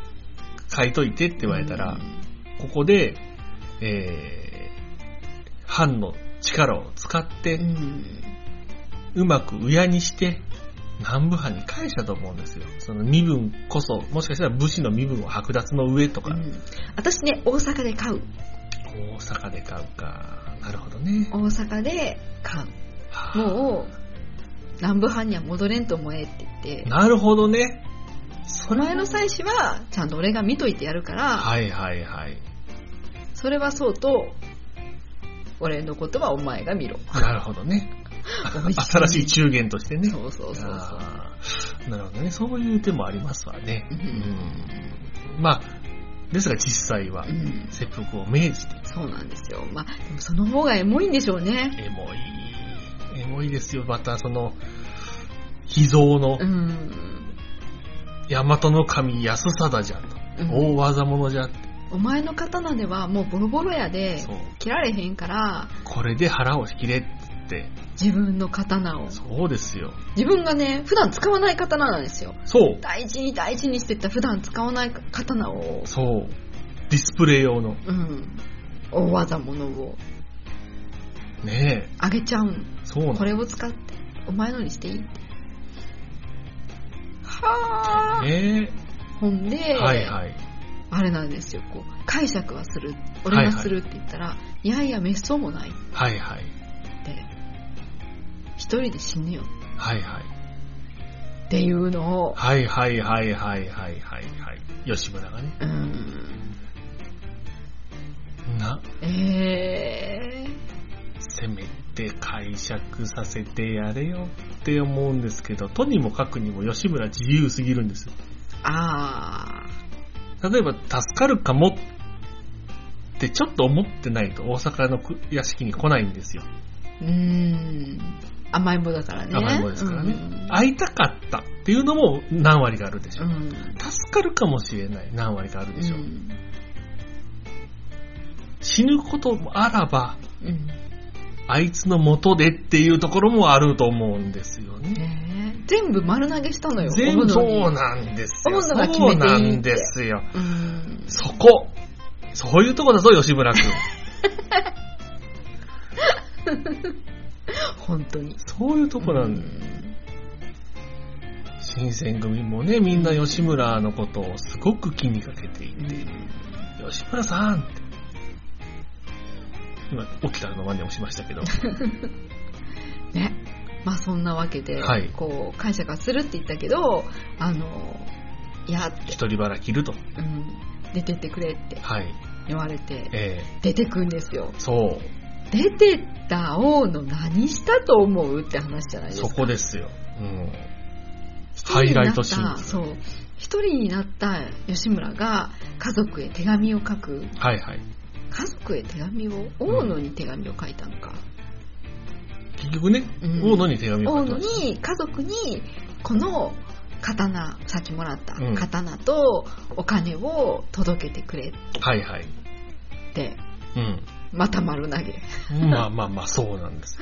[SPEAKER 2] 書いといてって言われたら、ここで、えー、藩の力を使っ
[SPEAKER 3] う
[SPEAKER 2] て、
[SPEAKER 3] ん。
[SPEAKER 2] うまくうやにして、南部藩に返したと思うんですよ。その身分こそ、もしかしたら武士の身分を剥奪の上と
[SPEAKER 3] う
[SPEAKER 2] か、
[SPEAKER 3] ん、私ね、大阪で買う。
[SPEAKER 2] 大阪で買うか。なるほどね。
[SPEAKER 3] 大阪で買う。
[SPEAKER 2] はあ
[SPEAKER 3] もう、南部藩には戻れんと思えって言って、
[SPEAKER 2] なるほどね。それ
[SPEAKER 3] 前の妻子はちゃんと俺が見といてやるから、
[SPEAKER 2] はいはいはい。
[SPEAKER 3] それはそうと、俺のことはお前が見ろ。
[SPEAKER 2] なるほどね。
[SPEAKER 3] 美味しい
[SPEAKER 2] 新しい中元としてね。
[SPEAKER 3] そうそうそうそう。
[SPEAKER 2] あーなるほどね。そういう手もありますわね。
[SPEAKER 3] うん
[SPEAKER 2] うんまあ、ですが実際は
[SPEAKER 3] う、ん、
[SPEAKER 2] 切腹を命じて、
[SPEAKER 3] そうなんですよ。まあ、でもその方がエモいんでしょうね。
[SPEAKER 2] エモい、エモいですよ。またその、秘蔵の
[SPEAKER 3] うん。
[SPEAKER 2] 大和の神安貞じゃと。
[SPEAKER 3] うん
[SPEAKER 2] 大技者じゃって。
[SPEAKER 3] お前の刀ではもうボロボロやで
[SPEAKER 2] そう、
[SPEAKER 3] 切られへんから、
[SPEAKER 2] これで腹を引きれって。
[SPEAKER 3] 自分の刀を。
[SPEAKER 2] そうですよ。
[SPEAKER 3] 自分がね、普段使わない刀なんですよ。
[SPEAKER 2] そう。
[SPEAKER 3] 大事に大事にしてた普段使わない刀を、
[SPEAKER 2] そう。ディスプレイ用の。
[SPEAKER 3] うん、大技物を
[SPEAKER 2] ね
[SPEAKER 3] あげちゃうん
[SPEAKER 2] え。そうな
[SPEAKER 3] こ
[SPEAKER 2] の。
[SPEAKER 3] れを使って、お前のにしていいって。はぁ、
[SPEAKER 2] ね
[SPEAKER 3] ほんで、
[SPEAKER 2] え。はいはい。
[SPEAKER 3] あれなんですよ、こう、解釈はする、俺がするって言ったら、いやいや、滅相もないっ
[SPEAKER 2] はいはい。
[SPEAKER 3] て、一人で死ぬよ
[SPEAKER 2] はいはい。
[SPEAKER 3] っていうのを、
[SPEAKER 2] はいはいはいはいはいはいはい。吉村がね。
[SPEAKER 3] うーん、
[SPEAKER 2] な、
[SPEAKER 3] え
[SPEAKER 2] せめて解釈させてやれよって思うんですけど、とにもかくにも吉村自由すぎるんですよ。
[SPEAKER 3] ー、あ
[SPEAKER 2] 例えば、助かるかもってちょっと思ってないと大阪の屋敷に来ないんですよ。
[SPEAKER 3] ー、うーん、甘えん坊だからね。
[SPEAKER 2] 甘えん坊ですからね
[SPEAKER 3] うん。
[SPEAKER 2] 会いたかったっていうのも何割があるでしょ。
[SPEAKER 3] うん。
[SPEAKER 2] 助かるかもしれない何割かあるでしょ。
[SPEAKER 3] うん
[SPEAKER 2] 死ぬこともあらば、
[SPEAKER 3] うん
[SPEAKER 2] あいつの元でっていうところもあると思うんですよね。
[SPEAKER 3] ねえ全部丸投げしたのよ。
[SPEAKER 2] 全部
[SPEAKER 3] 主
[SPEAKER 2] そう
[SPEAKER 3] に
[SPEAKER 2] なんです
[SPEAKER 3] お
[SPEAKER 2] よ。
[SPEAKER 3] ののが決
[SPEAKER 2] そう
[SPEAKER 3] めていいって
[SPEAKER 2] なんですよ。
[SPEAKER 3] うん。
[SPEAKER 2] そこ。そういうとこだぞ、吉村くん。
[SPEAKER 3] 本当に。
[SPEAKER 2] そういうとこなんだ、新選組もね、みんな吉村のことをすごく気にかけてい
[SPEAKER 3] うん
[SPEAKER 2] て、吉村さんって。今、起きたの真似をしました けど。
[SPEAKER 3] ね。まあそんなわけで、
[SPEAKER 2] はい
[SPEAKER 3] こう、感謝がするって言ったけど、あの、いやって、
[SPEAKER 2] 一人腹切ると。
[SPEAKER 3] うん、出てってくれって
[SPEAKER 2] はい。
[SPEAKER 3] 言われて、
[SPEAKER 2] え
[SPEAKER 3] 出てくんですよ。
[SPEAKER 2] えそう。
[SPEAKER 3] 出てった王の何したと思うって話じゃないです
[SPEAKER 2] そ
[SPEAKER 3] か。
[SPEAKER 2] こですよ。うん。
[SPEAKER 3] 一
[SPEAKER 2] ハ
[SPEAKER 3] 人
[SPEAKER 2] イ
[SPEAKER 3] に
[SPEAKER 2] ラ
[SPEAKER 3] な
[SPEAKER 2] イ
[SPEAKER 3] っ
[SPEAKER 2] トシーン
[SPEAKER 3] た、そう。一人になった吉村が家族へ手紙を書く。
[SPEAKER 2] はいはい。
[SPEAKER 3] 家族へ手紙を、大野に手紙を書いたのか。
[SPEAKER 2] 結局ね、
[SPEAKER 3] うん
[SPEAKER 2] 大野に手紙を書い
[SPEAKER 3] 大
[SPEAKER 2] て
[SPEAKER 3] 野
[SPEAKER 2] ました
[SPEAKER 3] に家族にこの刀さっきもらった
[SPEAKER 2] うん
[SPEAKER 3] 刀とお金を届けてくれ
[SPEAKER 2] はいはい。
[SPEAKER 3] って
[SPEAKER 2] うん。
[SPEAKER 3] また丸投げ、
[SPEAKER 2] まあまあまあ、そうなんです。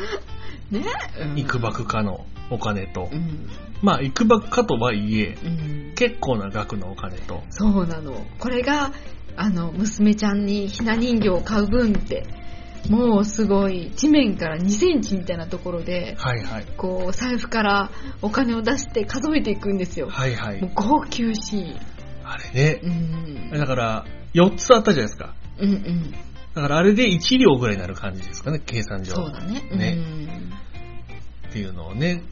[SPEAKER 3] うん
[SPEAKER 2] いくばくかのお金と
[SPEAKER 3] う、ん、
[SPEAKER 2] まあ、いくばくかとはいえ、
[SPEAKER 3] うん、
[SPEAKER 2] 結構な額のお金と、
[SPEAKER 3] そうなのこれがあの娘ちゃんにひな人形を買う分ってもうすごい地面から2センチみたいなところで
[SPEAKER 2] はいはい。
[SPEAKER 3] こう財布からお金を出して数えていくんですよ
[SPEAKER 2] はいはい
[SPEAKER 3] もう。号泣シ
[SPEAKER 2] あれ
[SPEAKER 3] ー
[SPEAKER 2] ね、
[SPEAKER 3] ン、うん、
[SPEAKER 2] だから、4つあったじゃないですか。
[SPEAKER 3] うんうん
[SPEAKER 2] だからあれで1両ぐらいになる感じですかね、計算上。
[SPEAKER 3] そうだね
[SPEAKER 2] ね
[SPEAKER 3] うん
[SPEAKER 2] っていうのをね、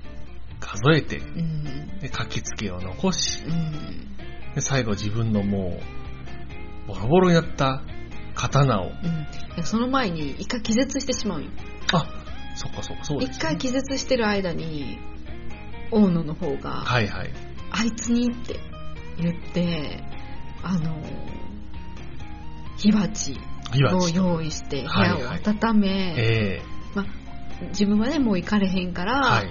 [SPEAKER 2] 数えて、
[SPEAKER 3] うん
[SPEAKER 2] で書きつけを残し、
[SPEAKER 3] うん
[SPEAKER 2] で最後自分のもう、ボロボロになった刀を、
[SPEAKER 3] うんいやその前に一回気絶してしまうんよ
[SPEAKER 2] あ、そっかそっか、そうです
[SPEAKER 3] 一
[SPEAKER 2] ね、
[SPEAKER 3] 回気絶してる間に大野の方が「
[SPEAKER 2] はいはい。
[SPEAKER 3] あいつに」って言ってあの火鉢
[SPEAKER 2] いわ
[SPEAKER 3] を
[SPEAKER 2] ちと。
[SPEAKER 3] 用意して部
[SPEAKER 2] はい
[SPEAKER 3] 屋
[SPEAKER 2] はい
[SPEAKER 3] を温め、
[SPEAKER 2] え
[SPEAKER 3] 自分はねもう行かれへんから、
[SPEAKER 2] えはい。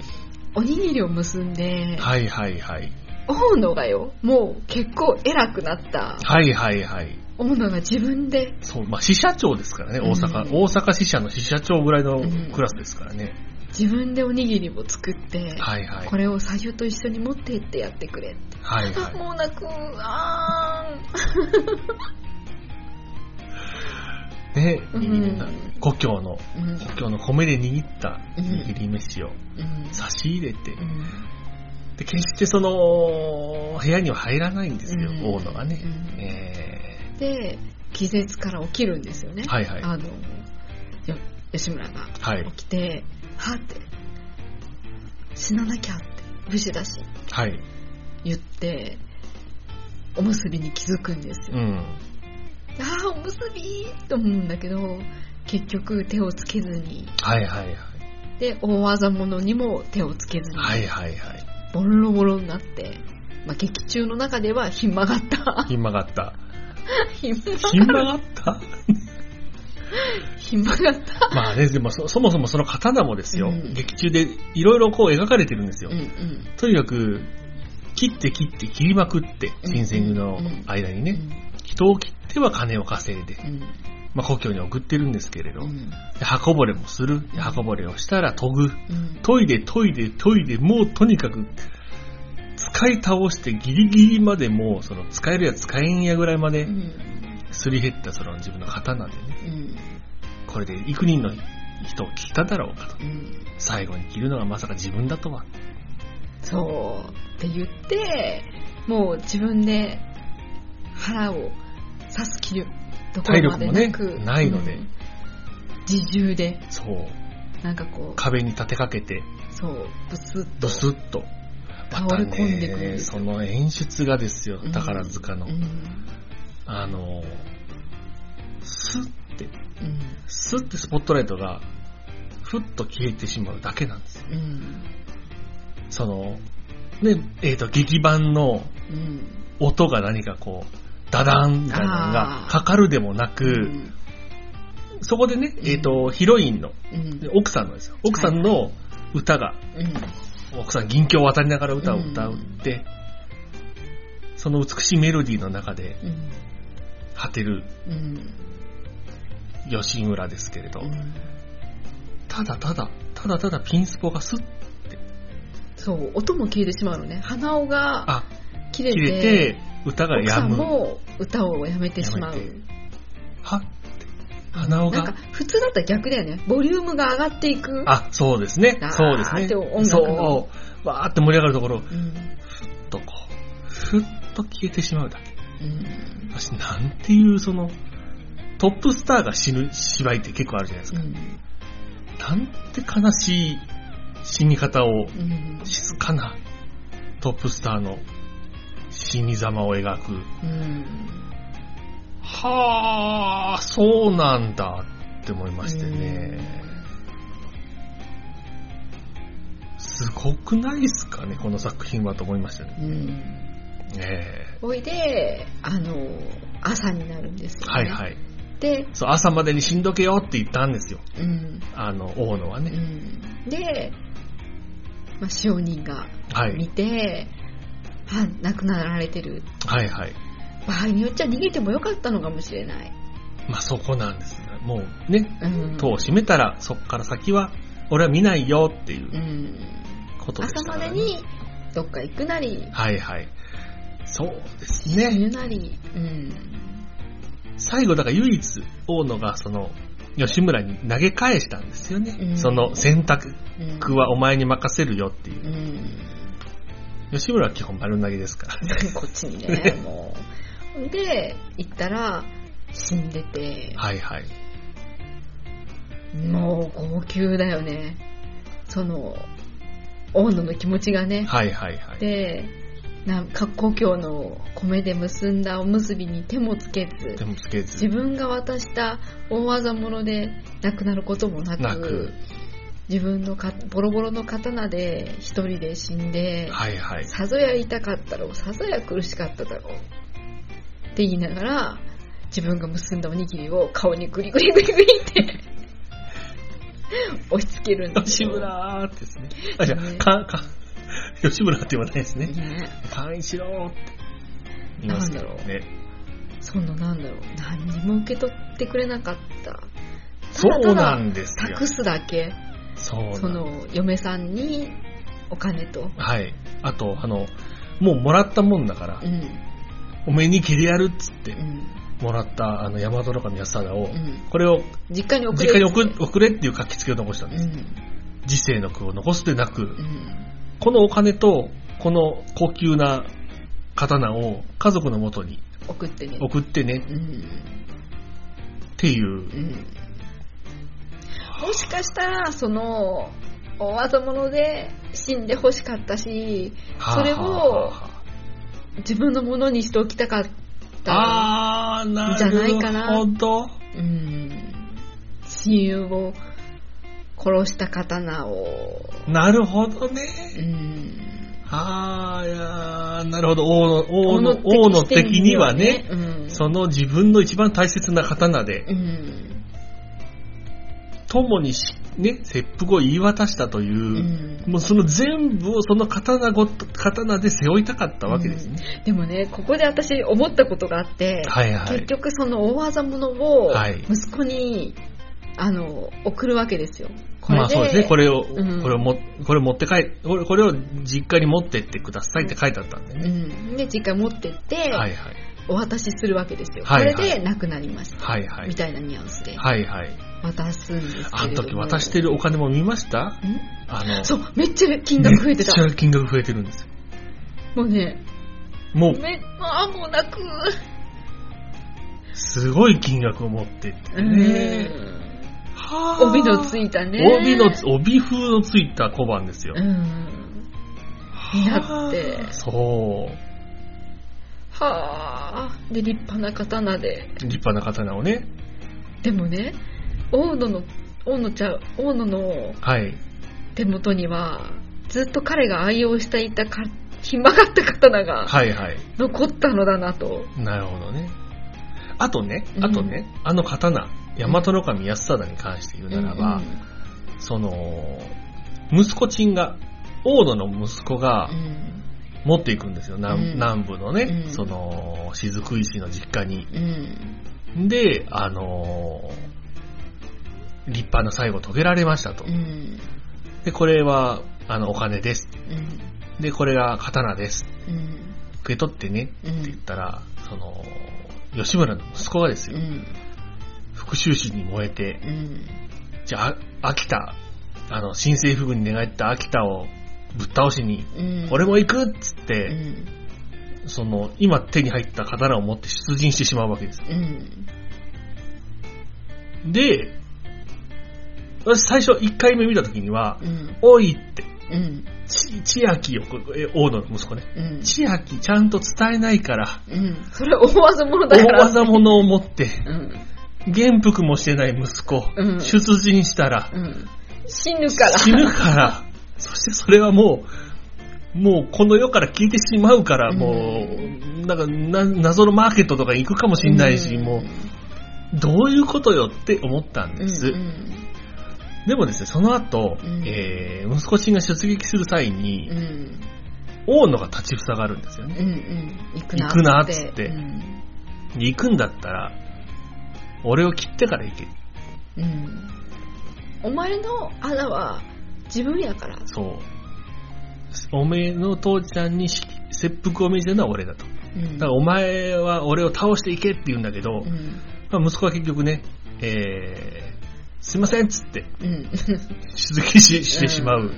[SPEAKER 3] おにぎりを結んで、
[SPEAKER 2] はいはいはい。
[SPEAKER 3] 大野がよもう結構偉くなった
[SPEAKER 2] はいはいはい。
[SPEAKER 3] 大野が自分で
[SPEAKER 2] そう、まあ、支社長ですからね、
[SPEAKER 3] うん
[SPEAKER 2] 大阪。大阪支社の支社長ぐらいの
[SPEAKER 3] うん
[SPEAKER 2] クラスですからね。
[SPEAKER 3] 自分でおにぎりを作って、
[SPEAKER 2] はいはい
[SPEAKER 3] こ。れを左右と一緒に持ってってやってくれ
[SPEAKER 2] はいはい。
[SPEAKER 3] もう泣くあー
[SPEAKER 2] ね、
[SPEAKER 3] うん
[SPEAKER 2] 握れた故郷の、
[SPEAKER 3] うん
[SPEAKER 2] 故郷の米で握った
[SPEAKER 3] うん
[SPEAKER 2] 握り飯を
[SPEAKER 3] うん
[SPEAKER 2] 差し入れて、
[SPEAKER 3] うん
[SPEAKER 2] で、決してその、部屋には入らないんですよ、
[SPEAKER 3] うん
[SPEAKER 2] 大野がね。
[SPEAKER 3] うん
[SPEAKER 2] え
[SPEAKER 3] で気絶から起きるんですよね、
[SPEAKER 2] ーはいはい。
[SPEAKER 3] あのよ吉村が
[SPEAKER 2] はい
[SPEAKER 3] 起。きてはあって死ななきゃって武士だし
[SPEAKER 2] はい。
[SPEAKER 3] 言っておむすびに気づくんです
[SPEAKER 2] う
[SPEAKER 3] よ、
[SPEAKER 2] ん。
[SPEAKER 3] ああおむすびと思うんだけど結局手をつけずに
[SPEAKER 2] はいはいはい。
[SPEAKER 3] で大技者にも手をつけずに、
[SPEAKER 2] はいはいはい。
[SPEAKER 3] ボロボロになって、まあ、劇中の中ではひん曲がった
[SPEAKER 2] ひん曲がった。
[SPEAKER 3] ひん曲
[SPEAKER 2] ひん曲が った
[SPEAKER 3] ひん曲がった
[SPEAKER 2] まあね、でもそそもそもその刀もですよ、
[SPEAKER 3] うん
[SPEAKER 2] 劇中でいろいろこう描かれてるんですよ。
[SPEAKER 3] うんうん
[SPEAKER 2] とにかく、切って切って切りまくって、
[SPEAKER 3] うん
[SPEAKER 2] 新選組の間にね、人を切っては金を稼いで、
[SPEAKER 3] うん
[SPEAKER 2] まあ、故郷に送ってるんですけれど、
[SPEAKER 3] う
[SPEAKER 2] で
[SPEAKER 3] ん
[SPEAKER 2] 刃こぼれもする、で刃こぼれをしたら研ぐ、
[SPEAKER 3] うん
[SPEAKER 2] 研いで研いで研いで、もうとにかく、使い倒してギリギリまでもう、その使えるや使えんやぐらいまで
[SPEAKER 3] うん
[SPEAKER 2] すり減ったその自分の刀でね、
[SPEAKER 3] うん
[SPEAKER 2] これで幾人の人を切っただろうかと。
[SPEAKER 3] うん
[SPEAKER 2] 最後に切るのがまさか自分だとは。
[SPEAKER 3] そうって言ってもう自分で腹を刺す気力ところまでな
[SPEAKER 2] 体
[SPEAKER 3] く、
[SPEAKER 2] 力もねないので
[SPEAKER 3] うん自重で
[SPEAKER 2] そう。
[SPEAKER 3] なんかこ
[SPEAKER 2] 壁に立てかけて、
[SPEAKER 3] うそうブスッ
[SPEAKER 2] ド
[SPEAKER 3] と
[SPEAKER 2] スッと。ま
[SPEAKER 3] 倒
[SPEAKER 2] た
[SPEAKER 3] れ込んでくるん
[SPEAKER 2] ね、
[SPEAKER 3] です
[SPEAKER 2] そ
[SPEAKER 3] よ
[SPEAKER 2] の演出がですよ
[SPEAKER 3] う、ん
[SPEAKER 2] 宝塚の。
[SPEAKER 3] うん
[SPEAKER 2] あの、スッて、
[SPEAKER 3] うん
[SPEAKER 2] スッてスポットライトが、ふっと消えてしまうだけなんですよ。
[SPEAKER 3] うん
[SPEAKER 2] その、ね、えっ、と、劇版の
[SPEAKER 3] うん
[SPEAKER 2] 音が何かこう、ダダンみたいなのが
[SPEAKER 3] あー
[SPEAKER 2] かかるでもなく、
[SPEAKER 3] うん
[SPEAKER 2] そこでね、えっ、と、ヒロインの、
[SPEAKER 3] うん
[SPEAKER 2] で奥さんのですよ。奥さんの歌が、奥さん銀鏡を渡りながら歌を歌うって、その美しいメロディーの中で
[SPEAKER 3] うん
[SPEAKER 2] 果てる
[SPEAKER 3] うん
[SPEAKER 2] 吉村ですけれど、
[SPEAKER 3] うん
[SPEAKER 2] ただただ、ただただピンスポがスッ、
[SPEAKER 3] そう音も消えてしまうのね鼻緒が
[SPEAKER 2] あ、
[SPEAKER 3] 切れ
[SPEAKER 2] 切
[SPEAKER 3] て
[SPEAKER 2] れて、歌が
[SPEAKER 3] 奥
[SPEAKER 2] や
[SPEAKER 3] さん
[SPEAKER 2] む。
[SPEAKER 3] も歌をやめてしまう
[SPEAKER 2] やめてはって、鼻緒
[SPEAKER 3] なんか
[SPEAKER 2] が、
[SPEAKER 3] 普通だったら逆だよねボリュームが上がっていく
[SPEAKER 2] あ、そうですね
[SPEAKER 3] ダー。
[SPEAKER 2] そうです
[SPEAKER 3] って音楽
[SPEAKER 2] ね。
[SPEAKER 3] の
[SPEAKER 2] そう、わーって盛り上がるところ、
[SPEAKER 3] うん
[SPEAKER 2] とこう、ふっと消えてしまうだけ。
[SPEAKER 3] うん
[SPEAKER 2] 私、なんていう、その、トップスターが死ぬ芝居って結構あるじゃないです
[SPEAKER 3] う
[SPEAKER 2] か。
[SPEAKER 3] ん
[SPEAKER 2] なんて悲しい死に方を、
[SPEAKER 3] うん
[SPEAKER 2] 静かなトップスターの死に様を描く。
[SPEAKER 3] うん
[SPEAKER 2] はあ、そうなんだって思いましてね。すごくないですかね、この作品はと思いましたね。
[SPEAKER 3] うん
[SPEAKER 2] え
[SPEAKER 3] おいであの朝になるんですよ、
[SPEAKER 2] え
[SPEAKER 3] ね、
[SPEAKER 2] はいはい。
[SPEAKER 3] で、
[SPEAKER 2] そう、朝までに死んどけよって言ったんですよ。
[SPEAKER 3] うん
[SPEAKER 2] あの、大野は
[SPEAKER 3] う
[SPEAKER 2] ね。
[SPEAKER 3] ん、で、まあ、使用人が
[SPEAKER 2] は
[SPEAKER 3] 見
[SPEAKER 2] い。
[SPEAKER 3] て、あ亡くなられてる
[SPEAKER 2] はいはい。
[SPEAKER 3] 場合によっちゃ逃げてもよかったのかもしれない、
[SPEAKER 2] まあそこなんですね。もうね、
[SPEAKER 3] うん、、
[SPEAKER 2] 戸を閉めたら、そこから先は、俺は見ないよっていううんことでし
[SPEAKER 3] 朝
[SPEAKER 2] た
[SPEAKER 3] ま
[SPEAKER 2] から、
[SPEAKER 3] で
[SPEAKER 2] ね。
[SPEAKER 3] にどっか行くなり
[SPEAKER 2] はいはい。そうです
[SPEAKER 3] 死
[SPEAKER 2] ね。
[SPEAKER 3] ぬなり、うん、
[SPEAKER 2] 最後、だから唯一、大野がその、吉村に投げ返したんですよね。
[SPEAKER 3] うん
[SPEAKER 2] その選択
[SPEAKER 3] うん
[SPEAKER 2] はお前に任せるよっていうう。
[SPEAKER 3] ん、
[SPEAKER 2] 吉村は基本丸投げですから。
[SPEAKER 3] こっちにねもうで行ったら死んでて
[SPEAKER 2] はいはい。
[SPEAKER 3] もう号泣だよねその大野の気持ちがね
[SPEAKER 2] はいはいはい。
[SPEAKER 3] でなんか故郷の米で結んだおむすびに手もつけず
[SPEAKER 2] でもつけ
[SPEAKER 3] 自
[SPEAKER 2] ず。
[SPEAKER 3] 分が渡した大技者で亡くなることもなく
[SPEAKER 2] なく
[SPEAKER 3] 自分のかボロボロの刀で一人で死んで、
[SPEAKER 2] はいはい。
[SPEAKER 3] さぞや痛かったろうさぞや苦しかっただろうって言いながら自分が結んだおにぎりを顔にグリグリグリグリって 押し付けるんです
[SPEAKER 2] 吉
[SPEAKER 3] よ
[SPEAKER 2] 村ーってですね。あ、じゃあ
[SPEAKER 3] ね
[SPEAKER 2] か、か、吉村って言わないですね。
[SPEAKER 3] ね
[SPEAKER 2] 勘一郎って言いますけど
[SPEAKER 3] なんだ
[SPEAKER 2] ね。
[SPEAKER 3] そのなんだろう何にも受け取ってくれなかった
[SPEAKER 2] そ
[SPEAKER 3] ただただ
[SPEAKER 2] うなんですよ。
[SPEAKER 3] 託すだけ
[SPEAKER 2] そうなん
[SPEAKER 3] その嫁さんにお金と
[SPEAKER 2] はい。あと、あの、もうもらったもんだから
[SPEAKER 3] う、ん
[SPEAKER 2] おめえに切りやるっつって
[SPEAKER 3] う、ん
[SPEAKER 2] もらった、あの、山戸の神安貞を、
[SPEAKER 3] うん
[SPEAKER 2] これを
[SPEAKER 3] 実家に送れ
[SPEAKER 2] 実家に送
[SPEAKER 3] っつって
[SPEAKER 2] 送れっていう書きつけを残したん
[SPEAKER 3] う
[SPEAKER 2] で
[SPEAKER 3] ん
[SPEAKER 2] す。時世の句を残すでなく
[SPEAKER 3] う、ん
[SPEAKER 2] このお金と、この高級な刀を家族の元に
[SPEAKER 3] 送ってね
[SPEAKER 2] 送ってね
[SPEAKER 3] うん
[SPEAKER 2] っていう
[SPEAKER 3] う。んもしかしたらそのお技者で死んでほしかったしそれを自分のものにしておきたかった
[SPEAKER 2] ああー、な
[SPEAKER 3] じゃないかな
[SPEAKER 2] るほど。
[SPEAKER 3] うん親友を殺した刀を
[SPEAKER 2] なるほど
[SPEAKER 3] う
[SPEAKER 2] ね。
[SPEAKER 3] ん
[SPEAKER 2] ああ、いやーなるほど。王の、王
[SPEAKER 3] 物
[SPEAKER 2] の
[SPEAKER 3] 的、
[SPEAKER 2] 王の
[SPEAKER 3] 視点
[SPEAKER 2] 敵にはね、
[SPEAKER 3] うん
[SPEAKER 2] その自分の一番大切な刀で、
[SPEAKER 3] うん
[SPEAKER 2] 共にし、ね、切腹を言い渡したというう、
[SPEAKER 3] ん
[SPEAKER 2] もうその全部をその刀ごと、刀で背負いたかったわけですね。
[SPEAKER 3] でもねここで私思ったことがあって、
[SPEAKER 2] はいは
[SPEAKER 3] 結
[SPEAKER 2] い。
[SPEAKER 3] 局その大技者を
[SPEAKER 2] はい
[SPEAKER 3] 息子に、あの送るわけですよこれで,、
[SPEAKER 2] まあそうですね、これを、
[SPEAKER 3] うん
[SPEAKER 2] これをも、これ持って帰、これこれを実家に持ってってくださいって書いてあったんで
[SPEAKER 3] う
[SPEAKER 2] ね。
[SPEAKER 3] ん、で実家持ってって、
[SPEAKER 2] はいはい。
[SPEAKER 3] お渡しするわけですよ、
[SPEAKER 2] はいはい
[SPEAKER 3] これで亡くなりました、
[SPEAKER 2] はいはい
[SPEAKER 3] み。たいなニュアンスで
[SPEAKER 2] はいはい。
[SPEAKER 3] 渡すんですけれども
[SPEAKER 2] あの時渡してるお金も見ました
[SPEAKER 3] ん
[SPEAKER 2] あの、
[SPEAKER 3] そうめっちゃ金額増えてた
[SPEAKER 2] めっちゃ金額増えてるんですよ。
[SPEAKER 3] もうね
[SPEAKER 2] もう、
[SPEAKER 3] めあもう泣く
[SPEAKER 2] すごい金額を持ってってね。
[SPEAKER 3] うん
[SPEAKER 2] はあ
[SPEAKER 3] 帯のついたね
[SPEAKER 2] 帯のつ、帯風のついた小判ですよ
[SPEAKER 3] う。んになって
[SPEAKER 2] はあそう。
[SPEAKER 3] はあで立派な刀で
[SPEAKER 2] 立派な刀をね。
[SPEAKER 3] でもね大野の大野ちゃう大野の
[SPEAKER 2] はい。
[SPEAKER 3] 手元にはずっと彼が愛用していたかひん曲がった刀が
[SPEAKER 2] はいはい。
[SPEAKER 3] 残ったのだなと、
[SPEAKER 2] なるほどね。あとね
[SPEAKER 3] う、ん
[SPEAKER 2] あとね、あの刀、大和の神安貞に関して言うならば、その、息子ちんが、王野の息子が
[SPEAKER 3] うんうん
[SPEAKER 2] 持っていくんですよ、南
[SPEAKER 3] うん
[SPEAKER 2] 南部のね、
[SPEAKER 3] うん
[SPEAKER 2] その、雫石の実家に。
[SPEAKER 3] うん
[SPEAKER 2] で、あのー立派な最後遂げられましたと
[SPEAKER 3] う。ん
[SPEAKER 2] で、これは、あの、お金です。
[SPEAKER 3] うん
[SPEAKER 2] で、これが刀です。
[SPEAKER 3] うん
[SPEAKER 2] 受け取ってね。
[SPEAKER 3] う
[SPEAKER 2] って言っ
[SPEAKER 3] ん
[SPEAKER 2] たら、その、吉村の息子がです
[SPEAKER 3] う
[SPEAKER 2] よ、
[SPEAKER 3] ん
[SPEAKER 2] 復讐心に燃えて、
[SPEAKER 3] うん
[SPEAKER 2] じゃあ、秋田、あの、新政府軍に寝返った秋田をぶっ倒しに、
[SPEAKER 3] うん
[SPEAKER 2] 俺も行くっつっ
[SPEAKER 3] う
[SPEAKER 2] て、
[SPEAKER 3] ん
[SPEAKER 2] その、今手に入った刀を持って出陣してしまうわけです。
[SPEAKER 3] うん
[SPEAKER 2] で、私最初1回目見た時には、
[SPEAKER 3] うん
[SPEAKER 2] おいって、
[SPEAKER 3] うん
[SPEAKER 2] ち、千秋を、こえ、大野の息子ね。
[SPEAKER 3] うん
[SPEAKER 2] 千秋ちゃんと伝えないから、
[SPEAKER 3] うんそれは大技者だ
[SPEAKER 2] 大
[SPEAKER 3] から
[SPEAKER 2] 技者を持って、
[SPEAKER 3] うん
[SPEAKER 2] 元服もしてない息子、
[SPEAKER 3] うん
[SPEAKER 2] 出陣したら、
[SPEAKER 3] うん死ぬから
[SPEAKER 2] 死ぬから、そしてそれはもう、もうこの世から消えてしまうから、
[SPEAKER 3] うん
[SPEAKER 2] もう、なんかな、謎のマーケットとか行くかもしんないし、
[SPEAKER 3] うん
[SPEAKER 2] もう、どういうことよって思ったんです。
[SPEAKER 3] うん
[SPEAKER 2] でもですね、その後、
[SPEAKER 3] うん
[SPEAKER 2] えー、息子ちんが出撃する際に、
[SPEAKER 3] うんうん
[SPEAKER 2] 大野が立ち塞がるんですよね。
[SPEAKER 3] うんうん行く
[SPEAKER 2] 行くな
[SPEAKER 3] な
[SPEAKER 2] っ
[SPEAKER 3] っ
[SPEAKER 2] つ
[SPEAKER 3] つ
[SPEAKER 2] っ
[SPEAKER 3] っててうん
[SPEAKER 2] で行くんだったら、俺を切ってから行け。
[SPEAKER 3] うんお前の穴は自分やから
[SPEAKER 2] そう。おめえの父ちゃんにし切腹を命じるのは俺だと。
[SPEAKER 3] うん
[SPEAKER 2] だからお前は俺を倒していけって言うんだけど、
[SPEAKER 3] うん
[SPEAKER 2] まあ息子は結局ね、えー、すいませんっつって
[SPEAKER 3] うん
[SPEAKER 2] 出撃ししてしまう。
[SPEAKER 3] ん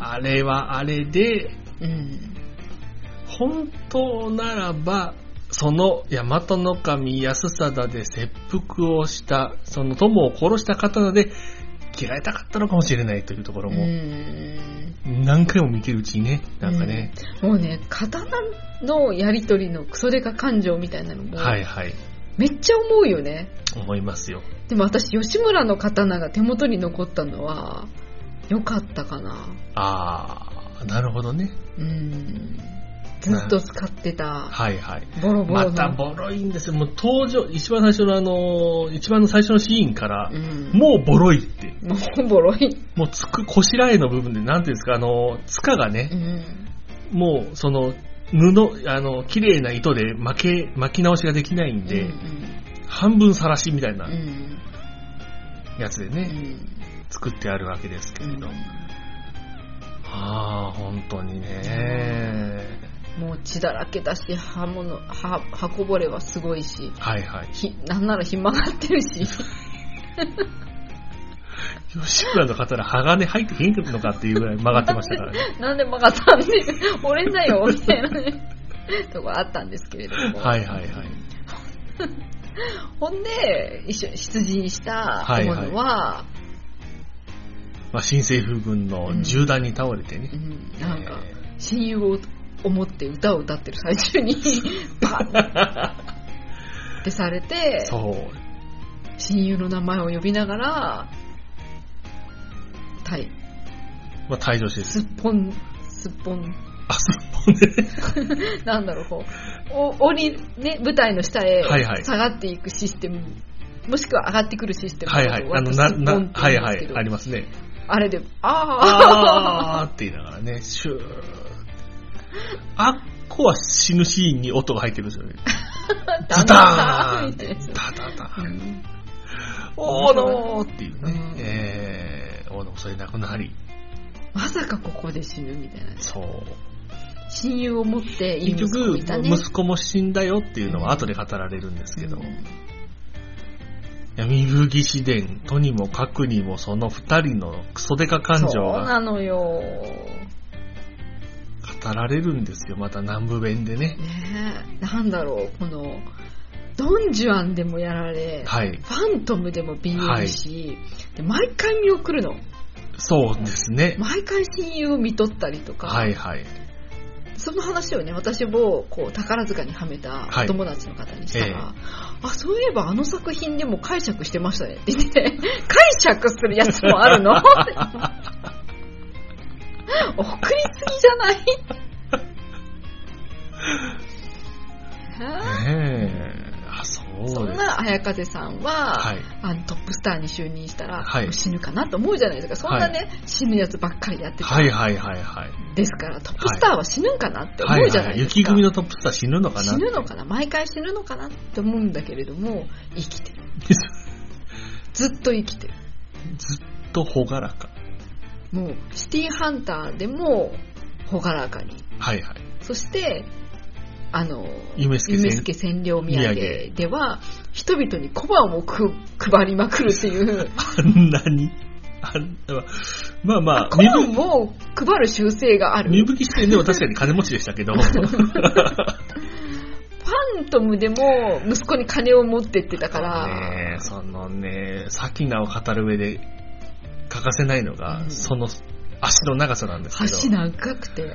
[SPEAKER 2] あれはあれで、
[SPEAKER 3] うん
[SPEAKER 2] 本当ならば、その大和の神安貞で切腹をした、その友を殺した刀で嫌いたかったのかもしれないというところ
[SPEAKER 3] う
[SPEAKER 2] も、
[SPEAKER 3] ん
[SPEAKER 2] 何回も見てるうちにね、なんかね、
[SPEAKER 3] もうね刀のやり取りのクソデカ感情みたいなのも
[SPEAKER 2] はいはい、
[SPEAKER 3] めっちゃ思うよね
[SPEAKER 2] 思いますよ。
[SPEAKER 3] でも私吉村の刀が手元に残ったのは良かったかな
[SPEAKER 2] あー、なるほどね。
[SPEAKER 3] うんずっと使ってた
[SPEAKER 2] はいはい。
[SPEAKER 3] ボロボロ
[SPEAKER 2] ま
[SPEAKER 3] の
[SPEAKER 2] たボロいんですよ。もう登場、一番最初のあのー、一番の最初のシーンから
[SPEAKER 3] う、ん
[SPEAKER 2] もうボロいって。
[SPEAKER 3] もうボロい
[SPEAKER 2] もうつく、こしらえの部分で、なんていうんですか、あのー、つかが
[SPEAKER 3] う
[SPEAKER 2] ね、
[SPEAKER 3] ん
[SPEAKER 2] もう、その、布、あの、綺麗な糸で巻け、巻き直しができないんで、
[SPEAKER 3] うん
[SPEAKER 2] 半分晒しみたいな
[SPEAKER 3] うん
[SPEAKER 2] やつで
[SPEAKER 3] う
[SPEAKER 2] ね、
[SPEAKER 3] ん
[SPEAKER 2] 作ってあるわけですけ
[SPEAKER 3] う
[SPEAKER 2] れ
[SPEAKER 3] ん
[SPEAKER 2] ど。ああ、本当にね。
[SPEAKER 3] もう血だらけだし刃物刃刃こぼれはすごいし
[SPEAKER 2] はいはい。
[SPEAKER 3] ひなんならひまがってるし
[SPEAKER 2] 吉村の刀、鋼入ってへんのかっていうぐらい曲がってましたからね。
[SPEAKER 3] なんで曲がったんで折れんだよみたいなねとこあったんですけれども、
[SPEAKER 2] はいはいはい。
[SPEAKER 3] ほんで一緒に出陣した小物は、
[SPEAKER 2] まあ、新政府軍の銃弾に倒れてね
[SPEAKER 3] う。ん、なんか親友を思って歌を歌ってる最 中にバッってされ
[SPEAKER 2] え
[SPEAKER 3] て
[SPEAKER 2] ー そう。
[SPEAKER 3] 親友の名前を呼びながら対
[SPEAKER 2] まあ、退場して
[SPEAKER 3] すっぽんすっぽん
[SPEAKER 2] あ、すっぽん で。
[SPEAKER 3] なんだろうこうお檻ね舞台の下へ
[SPEAKER 2] はいはい
[SPEAKER 3] 下がっていくシステム、もしくは上がってくるシステム
[SPEAKER 2] はいはい。あの、な、な、はいは
[SPEAKER 3] すっぽんって言うんですけ
[SPEAKER 2] い。
[SPEAKER 3] ど
[SPEAKER 2] ありますね。
[SPEAKER 3] あれでああ
[SPEAKER 2] あーって言いながらね、シュー。あっこは死ぬシーンに音が入ってるんですよね。ズターン
[SPEAKER 3] みたいなやつ
[SPEAKER 2] タタタ
[SPEAKER 3] う。ん
[SPEAKER 2] おーのーっていうね。
[SPEAKER 3] うん
[SPEAKER 2] えー、おーのそれなくなり。
[SPEAKER 3] まさかここで死ぬみたいな
[SPEAKER 2] そう。
[SPEAKER 3] 親友を持っていい
[SPEAKER 2] 結
[SPEAKER 3] 息子
[SPEAKER 2] 局、
[SPEAKER 3] いたね
[SPEAKER 2] 息子も死んだよっていうのは後で語られるんですけど
[SPEAKER 3] う。ん
[SPEAKER 2] 闇吹義伝とにもかくにもその二人のクソデカ感情
[SPEAKER 3] そう
[SPEAKER 2] が
[SPEAKER 3] なのよ
[SPEAKER 2] 語られるんですよ。また南部弁でね。
[SPEAKER 3] ねえなんだろうこのドン・ジュアンでもやられ、
[SPEAKER 2] はい。
[SPEAKER 3] ファントムでもビビるし、で毎回見送るの
[SPEAKER 2] そうですね。
[SPEAKER 3] 毎回親友を見とったりとか、
[SPEAKER 2] はいはい。
[SPEAKER 3] その話をね私もこう宝塚にはめたお友達の方にしたら、
[SPEAKER 2] はい
[SPEAKER 3] あそういえばあの作品でも解釈してましたねって言って解釈するやつもあるの送りすぎじゃ ないはあ
[SPEAKER 2] ねえ。あ、そ
[SPEAKER 3] そ
[SPEAKER 2] うんです。
[SPEAKER 3] な綾風さんは、
[SPEAKER 2] はい。
[SPEAKER 3] あのトップスターに就任したら、
[SPEAKER 2] はい
[SPEAKER 3] もう死ぬかなと思うじゃないですかそんなね、死ぬやつばっかりやってた
[SPEAKER 2] はいはいはいはい。
[SPEAKER 3] ですからトップスターは死ぬんかなって思うじゃないです
[SPEAKER 2] 雪
[SPEAKER 3] か、
[SPEAKER 2] 組のトップスター死ぬのかな
[SPEAKER 3] 死ぬのかな毎回死ぬのかなって思うんだけれども生き てるずっと生きてる
[SPEAKER 2] ずっとほがらか。
[SPEAKER 3] もうシティーハンターでも朗らかに
[SPEAKER 2] はいはい。
[SPEAKER 3] そしてあの
[SPEAKER 2] 夢助
[SPEAKER 3] 夢
[SPEAKER 2] 千
[SPEAKER 3] 助占領土
[SPEAKER 2] 土産
[SPEAKER 3] 産では人々に小判をく配りまくるっていう
[SPEAKER 2] あんなに。あんな、まあ まあ、
[SPEAKER 3] 小
[SPEAKER 2] 身
[SPEAKER 3] 判
[SPEAKER 2] 分、
[SPEAKER 3] を配る習性があ
[SPEAKER 2] 身
[SPEAKER 3] る
[SPEAKER 2] 分視点では確かに金持ちでした けど。
[SPEAKER 3] ファントムでも息子に金を持ってってたから、
[SPEAKER 2] ねえそのね、サキナを語る上で欠かせないのが、
[SPEAKER 3] うん
[SPEAKER 2] その足の長さなんですけ
[SPEAKER 3] 箸
[SPEAKER 2] ど、
[SPEAKER 3] 長くて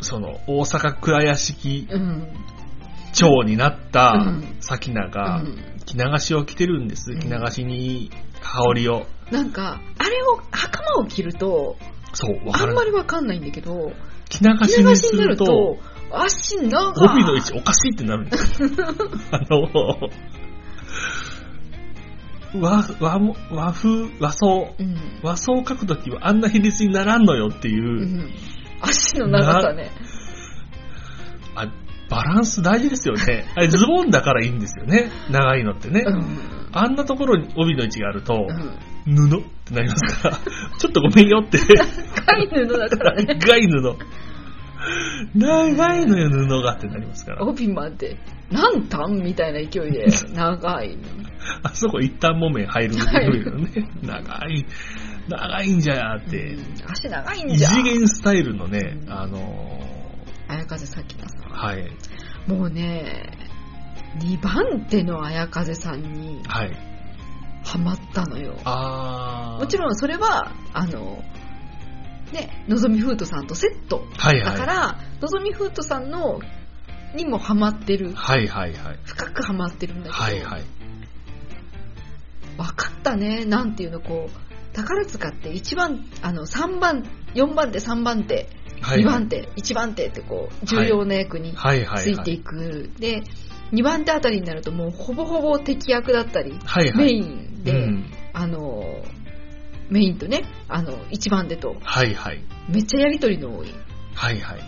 [SPEAKER 2] その大阪倉屋敷
[SPEAKER 3] うん
[SPEAKER 2] 町になった
[SPEAKER 3] うん
[SPEAKER 2] サキナ
[SPEAKER 3] う
[SPEAKER 2] が、
[SPEAKER 3] ん
[SPEAKER 2] 着流しを着てるんです。
[SPEAKER 3] うん
[SPEAKER 2] 着流しに香りを。
[SPEAKER 3] なんか、あれを、袴を着ると、
[SPEAKER 2] そう、わ
[SPEAKER 3] あ
[SPEAKER 2] か
[SPEAKER 3] ん
[SPEAKER 2] る
[SPEAKER 3] ま。りわかんないんだけど、
[SPEAKER 2] 着流
[SPEAKER 3] 着
[SPEAKER 2] し
[SPEAKER 3] 流
[SPEAKER 2] に
[SPEAKER 3] し
[SPEAKER 2] す
[SPEAKER 3] にな
[SPEAKER 2] る
[SPEAKER 3] る
[SPEAKER 2] と
[SPEAKER 3] と、、足長い
[SPEAKER 2] 帯の位置おかしいってなるん ですよ。あの、和、和も、和風、和装。
[SPEAKER 3] うん。
[SPEAKER 2] 和装を書くときはあんな比率にならんのよっていうう、
[SPEAKER 3] ん。足の長さね。
[SPEAKER 2] あバランス大事ですよ ね。あれズボンだからいいんですよね。長いのってね。
[SPEAKER 3] うん。
[SPEAKER 2] あんなところに帯の位置があると
[SPEAKER 3] う、ん。
[SPEAKER 2] 布ってなりますから、ちょっとごめんよって。
[SPEAKER 3] 深い布だから ね。
[SPEAKER 2] 長い布。長いのよ、布がってなりますから。
[SPEAKER 3] 帯まで、何段みたいな勢いで、長いの。
[SPEAKER 2] あそこ一旦木綿入るぐらいのね。長い、長いんじゃーって
[SPEAKER 3] う。ん足長いん
[SPEAKER 2] 異
[SPEAKER 3] じゃん。
[SPEAKER 2] 次元スタイルのね
[SPEAKER 3] う、ん
[SPEAKER 2] あの
[SPEAKER 3] 綾風さっきださ
[SPEAKER 2] ー、はい、
[SPEAKER 3] ん。もうね、2番手の綾風さんに
[SPEAKER 2] はい。
[SPEAKER 3] ハマったのよ。
[SPEAKER 2] あー。
[SPEAKER 3] もち
[SPEAKER 2] ろん。
[SPEAKER 3] ろんそれは、あの、ね、のぞみふうとさんとセット
[SPEAKER 2] はい
[SPEAKER 3] だか
[SPEAKER 2] はい。
[SPEAKER 3] ら、のぞみふうとさんのにもハマってる。
[SPEAKER 2] はいはいはい。
[SPEAKER 3] 深くハマってるんだけど、
[SPEAKER 2] はいはい。
[SPEAKER 3] 分かったね、なんていうの、こう、宝塚って一番、あの、3番、4番手、3番手、
[SPEAKER 2] はい
[SPEAKER 3] 2番手、1番手ってこう、重要な役に
[SPEAKER 2] はいはい。
[SPEAKER 3] ついていく。で、2番手あたりになるともうほぼほぼ敵役だったり、
[SPEAKER 2] はいはい。
[SPEAKER 3] メインで、
[SPEAKER 2] うん
[SPEAKER 3] あの、メインとね、あの、1番手と、
[SPEAKER 2] はいはい。
[SPEAKER 3] めっちゃやりとりの多い。
[SPEAKER 2] はいはい。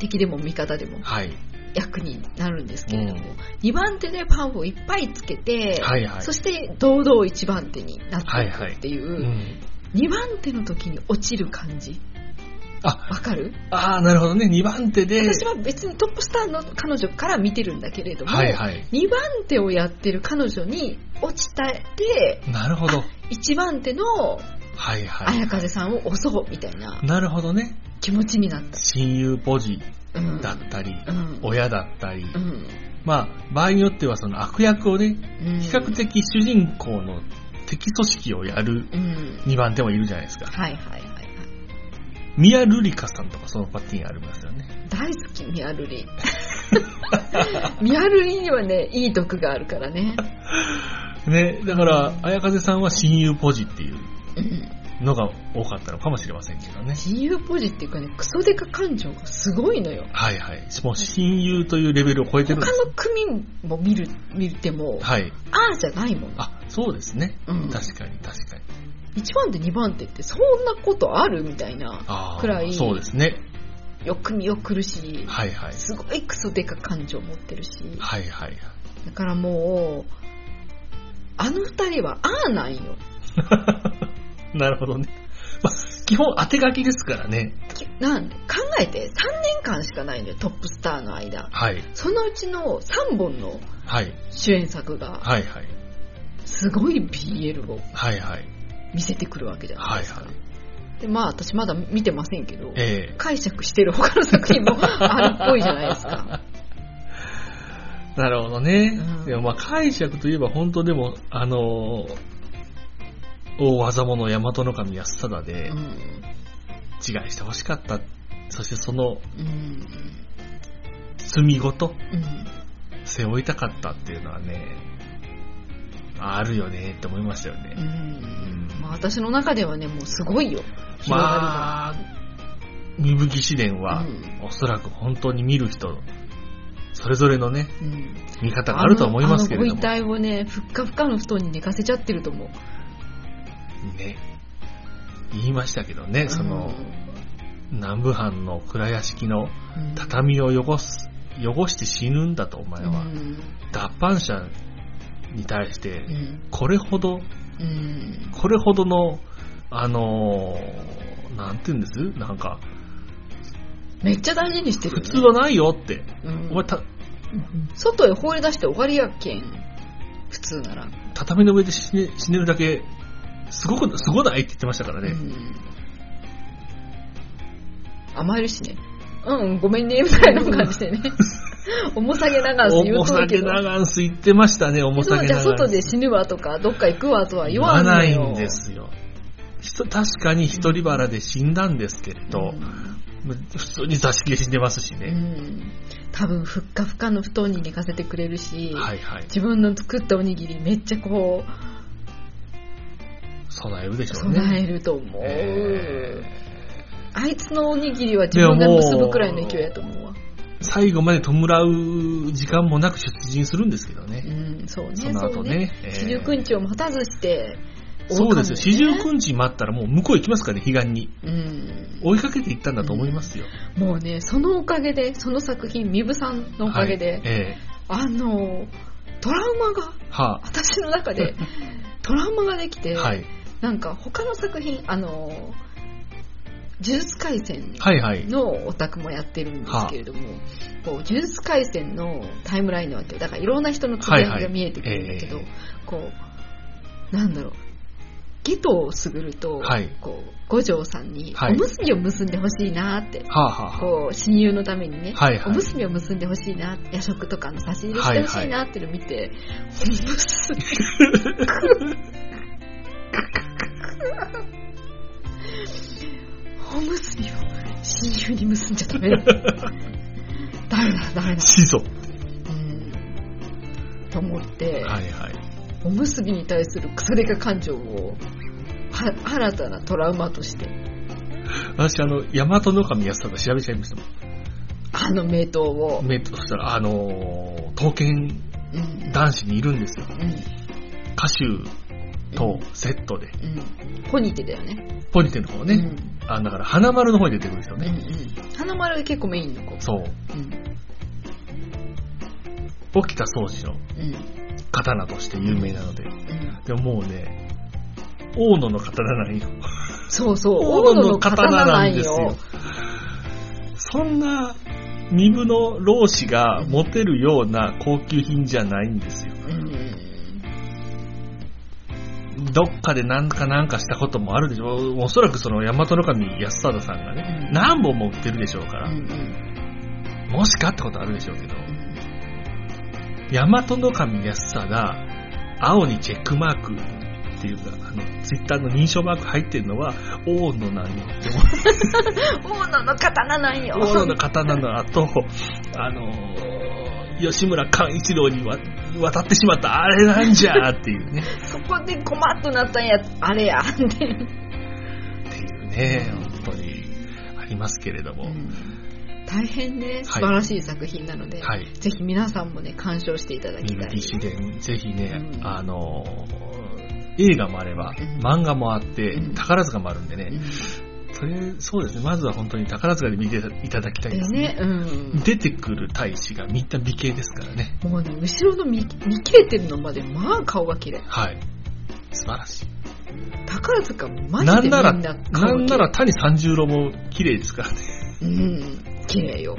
[SPEAKER 3] 敵でも味方でも
[SPEAKER 2] はい。
[SPEAKER 3] 役になるんですけれども、
[SPEAKER 2] うん
[SPEAKER 3] 2番手でパンをいっぱいつけて、
[SPEAKER 2] はいはい
[SPEAKER 3] そ。して堂々1番手になっていくっていう、
[SPEAKER 2] うん
[SPEAKER 3] 2番手の時に落ちる感じ
[SPEAKER 2] あ、
[SPEAKER 3] わかる
[SPEAKER 2] ああ、なるほどね。2番手で。
[SPEAKER 3] 私は別にトップスターの彼女から見てるんだけれども、
[SPEAKER 2] はいはい。
[SPEAKER 3] 2番手をやってる彼女に落ちたて、
[SPEAKER 2] なるほど。
[SPEAKER 3] 1番手の
[SPEAKER 2] はいはい。
[SPEAKER 3] 綾風さんを襲うみたいな
[SPEAKER 2] なるほどね。
[SPEAKER 3] 気持ちになった。
[SPEAKER 2] 親友ポジ
[SPEAKER 3] うん。
[SPEAKER 2] だったり、
[SPEAKER 3] うん。
[SPEAKER 2] 親だったり、
[SPEAKER 3] うん。
[SPEAKER 2] まあ、場合によってはその悪役をね、
[SPEAKER 3] うん
[SPEAKER 2] 比較。的主人公の敵組織をやる
[SPEAKER 3] うん。
[SPEAKER 2] 2番手もいるじゃないですか。
[SPEAKER 3] はいはいはいはい。
[SPEAKER 2] ミア・ルリカさんとかそのパティーンありますよね。
[SPEAKER 3] 大好き、ミアルリ。 ミアルリにはね、いい毒があるからね。
[SPEAKER 2] ね、だから、綾風さんは親友ポジっていう
[SPEAKER 3] うん。
[SPEAKER 2] のが多かったのかもしれませんけどね。
[SPEAKER 3] 自由ポジっていうかね、クソデカ感情がすごいのよ。
[SPEAKER 2] はいはい。もう親友というレベルを超えて
[SPEAKER 3] 他
[SPEAKER 2] るん
[SPEAKER 3] の
[SPEAKER 2] です。
[SPEAKER 3] 組も見る、見ても、
[SPEAKER 2] はい。
[SPEAKER 3] ああじゃないもん。
[SPEAKER 2] あ、そうですね。
[SPEAKER 3] うん
[SPEAKER 2] 確かに確かに。
[SPEAKER 3] 1番手、2番手ってそんなことあるみたいな。
[SPEAKER 2] あー
[SPEAKER 3] くらい
[SPEAKER 2] そうですね。
[SPEAKER 3] よく見送るし、
[SPEAKER 2] はいはい。
[SPEAKER 3] すごいクソデカ感情持ってるし。
[SPEAKER 2] はいはい
[SPEAKER 3] だからもう、あの二人はああなんよ。
[SPEAKER 2] はい。 なるほどね。まあ、基本当て書きですからね。
[SPEAKER 3] きなん考えて、3年間しかないのよ、トップスターの間。
[SPEAKER 2] はい。
[SPEAKER 3] そのうちの3本の
[SPEAKER 2] はい。
[SPEAKER 3] 主演作が、
[SPEAKER 2] はいはい。
[SPEAKER 3] すごい BL を
[SPEAKER 2] はいはい。
[SPEAKER 3] 見せてくるわけじゃない
[SPEAKER 2] はい
[SPEAKER 3] ですか。
[SPEAKER 2] はい。
[SPEAKER 3] で、まあ私まだ見てませんけど、
[SPEAKER 2] ええ
[SPEAKER 3] 解釈してる他の 作品もあるっぽいじゃないですか。
[SPEAKER 2] なるほどね。
[SPEAKER 3] うん
[SPEAKER 2] でもまあ解釈といえば本当でも、あのー大技者大和の神安貞
[SPEAKER 3] う
[SPEAKER 2] で
[SPEAKER 3] ん。
[SPEAKER 2] 違いしてほしかった。そしてその
[SPEAKER 3] うん。
[SPEAKER 2] 罪ごと
[SPEAKER 3] うん。
[SPEAKER 2] 背負いたかったっていうのはね、あるよねって思いましたよ
[SPEAKER 3] う
[SPEAKER 2] ね。
[SPEAKER 3] ん。まあ私の中ではね、もうすごいよ。広が
[SPEAKER 2] まあ、三吹試練
[SPEAKER 3] りが。
[SPEAKER 2] は、
[SPEAKER 3] うん
[SPEAKER 2] おそらく本当に見る人、それぞれのね、
[SPEAKER 3] うん、
[SPEAKER 2] 見方があるとは思いますけれ
[SPEAKER 3] あ
[SPEAKER 2] ど
[SPEAKER 3] の
[SPEAKER 2] も
[SPEAKER 3] あ。のご遺体をね、ふっかふかの布団に寝かせちゃってると思う。
[SPEAKER 2] ね。言いましたけどね、その、南部藩の蔵屋敷の
[SPEAKER 3] うん、
[SPEAKER 2] 畳を汚す、汚して死ぬんだとお前は、
[SPEAKER 3] うん
[SPEAKER 2] 脱藩者に対して
[SPEAKER 3] う、ん
[SPEAKER 2] これほど、
[SPEAKER 3] うん
[SPEAKER 2] これほどの、あのーなんて言うんですなんか、
[SPEAKER 3] めっちゃ大事にしてる、
[SPEAKER 2] 普
[SPEAKER 3] ね。
[SPEAKER 2] 通はないよって。
[SPEAKER 3] うん
[SPEAKER 2] お前た、
[SPEAKER 3] 外へ放り出して終わりやけん。普通なら。
[SPEAKER 2] 畳の上で死ね死ねるだけ、すごく、すごないって言ってましたから
[SPEAKER 3] う
[SPEAKER 2] ね。
[SPEAKER 3] ん甘えるしね。うんうん、ごめんね、みたいな感じでね。重さげながら言
[SPEAKER 2] 重
[SPEAKER 3] うと
[SPEAKER 2] さ
[SPEAKER 3] るけ
[SPEAKER 2] げ
[SPEAKER 3] ど。
[SPEAKER 2] ながんす言ってましたね、重さげ
[SPEAKER 3] じゃあ
[SPEAKER 2] ながん
[SPEAKER 3] 外
[SPEAKER 2] す。
[SPEAKER 3] で死ぬわとか、どっか行くわとは言
[SPEAKER 2] 言
[SPEAKER 3] わ
[SPEAKER 2] わ
[SPEAKER 3] な
[SPEAKER 2] ないい
[SPEAKER 3] よ。
[SPEAKER 2] んで。すよ。ひと確かに一人腹で死んだんですけれど、普通に座敷で死んでますし
[SPEAKER 3] う
[SPEAKER 2] ね。
[SPEAKER 3] ん。多分、ふっかふかの布団に寝かせてくれるし、
[SPEAKER 2] はいはい。
[SPEAKER 3] 自分の作ったおにぎりめっちゃこう、
[SPEAKER 2] 備えるでしょうね。
[SPEAKER 3] 備えると思う。
[SPEAKER 2] え
[SPEAKER 3] あいつのおにぎりは自分が結ぶくらいの勢いやと思うわ。
[SPEAKER 2] ー最後まで弔う時間もなく出陣するんですけど
[SPEAKER 3] う
[SPEAKER 2] ね。
[SPEAKER 3] ん、そうね、
[SPEAKER 2] その
[SPEAKER 3] そ
[SPEAKER 2] 後
[SPEAKER 3] うね。
[SPEAKER 2] ね。えー
[SPEAKER 3] 四十九日を待たずして、
[SPEAKER 2] そうですよ。四十
[SPEAKER 3] 日。
[SPEAKER 2] 九日待ったらもう向こう行きますからね、彼岸に。
[SPEAKER 3] うん。
[SPEAKER 2] 追いかけていったんだと思いますよ。
[SPEAKER 3] もうね、そのおかげで、その作品、みぶさんのおかげで、
[SPEAKER 2] はいえ
[SPEAKER 3] あの、トラウマが、
[SPEAKER 2] えは
[SPEAKER 3] 私の中 で、トラウマができて、
[SPEAKER 2] あ、はい。
[SPEAKER 3] なんか他の作品、あの、呪術廻戦
[SPEAKER 2] はいはい。
[SPEAKER 3] のオタクもやってるんですけれども、こう呪術廻戦のタイムラインなわけよだからいろんな人のつぶやきが見えてくるんだけど、
[SPEAKER 2] はいは
[SPEAKER 3] こうなんだろう下藤すぐると、
[SPEAKER 2] はい
[SPEAKER 3] こう五条さんに、
[SPEAKER 2] はい
[SPEAKER 3] おむすびを結んでほしいなーって
[SPEAKER 2] はあ、はあは
[SPEAKER 3] こう親友のためにね、
[SPEAKER 2] はいはい
[SPEAKER 3] おむすびを結んでほしいな夜食とかの差し入れしてほしいなっていうのを見て、おむすびおむすびを親友に結んじゃ ダメだダメだダメ
[SPEAKER 2] あ。
[SPEAKER 3] だ
[SPEAKER 2] 始祖。
[SPEAKER 3] うんと思って、
[SPEAKER 2] はいはい。
[SPEAKER 3] おむすびに対する腐れか感情をは新たなトラウマとして
[SPEAKER 2] 私、あの、大和の神安さんが調べちゃいましたもん
[SPEAKER 3] あの名刀を、
[SPEAKER 2] めそしたら、あのー刀剣
[SPEAKER 3] うん
[SPEAKER 2] 男子にいるんですよ。
[SPEAKER 3] う
[SPEAKER 2] 歌手とセットで。
[SPEAKER 3] んうん、ポニテだよね
[SPEAKER 2] ポニテの方ね。あ、だから、花丸の方に出てくる人
[SPEAKER 3] うんう
[SPEAKER 2] ね。
[SPEAKER 3] んうん、花丸が結構メインの子
[SPEAKER 2] そう。
[SPEAKER 3] うん
[SPEAKER 2] 沖田総司の
[SPEAKER 3] うん
[SPEAKER 2] 刀として有名なので。
[SPEAKER 3] うん、
[SPEAKER 2] でももうね、大野の刀なんよ。
[SPEAKER 3] そうそう
[SPEAKER 2] 大野の刀な
[SPEAKER 3] 大
[SPEAKER 2] んです
[SPEAKER 3] よ
[SPEAKER 2] よ。そんな身分の老子が持てるような高級品じゃないんですよ。
[SPEAKER 3] うん。
[SPEAKER 2] どっかでなんかなんかしたこともあるでしょう。おそらくその大和の神安貞さんがね、
[SPEAKER 3] うん
[SPEAKER 2] 何本も売ってるでしょうから、
[SPEAKER 3] うんうん
[SPEAKER 2] もしかってことあるでしょうけど、大和の神安貞、青にチェックマークっていうか、あの、ツイッターの認証マーク入ってるのは、王のなんよって思う
[SPEAKER 3] 王のの刀なんよ。
[SPEAKER 2] 大野の刀の後、あのー吉村勘一郎にわ渡ってしまったあれなんじゃっていうね。
[SPEAKER 3] そこで困っとなったんや、あれや。って
[SPEAKER 2] っていうね、本当にありますけれども。
[SPEAKER 3] 大変ね、素晴らしい作品なので、
[SPEAKER 2] はい。
[SPEAKER 3] ぜひ皆さんもね、鑑賞していただきたい。
[SPEAKER 2] DVD 秘伝、ぜひね、
[SPEAKER 3] うん
[SPEAKER 2] あのー映画もあれば、
[SPEAKER 3] うん
[SPEAKER 2] 漫画もあって、
[SPEAKER 3] うん
[SPEAKER 2] 宝塚もあるんで
[SPEAKER 3] うん
[SPEAKER 2] ね、とりあえずそうですね、まずは本当に宝塚で見ていただきたい
[SPEAKER 3] で
[SPEAKER 2] です
[SPEAKER 3] ね
[SPEAKER 2] ね。、
[SPEAKER 3] うん。
[SPEAKER 2] 出てくる大使がみんな美形ですからね。
[SPEAKER 3] もうね、後ろの見見切れてるのまで、まあ顔が綺麗。
[SPEAKER 2] はい。素晴らしい。
[SPEAKER 3] 宝塚、マ
[SPEAKER 2] な
[SPEAKER 3] ジ
[SPEAKER 2] ん
[SPEAKER 3] で
[SPEAKER 2] なら、
[SPEAKER 3] みんな
[SPEAKER 2] なん
[SPEAKER 3] 顔が綺麗
[SPEAKER 2] なら谷三十郎も綺麗ですからね。
[SPEAKER 3] うん、綺麗よ。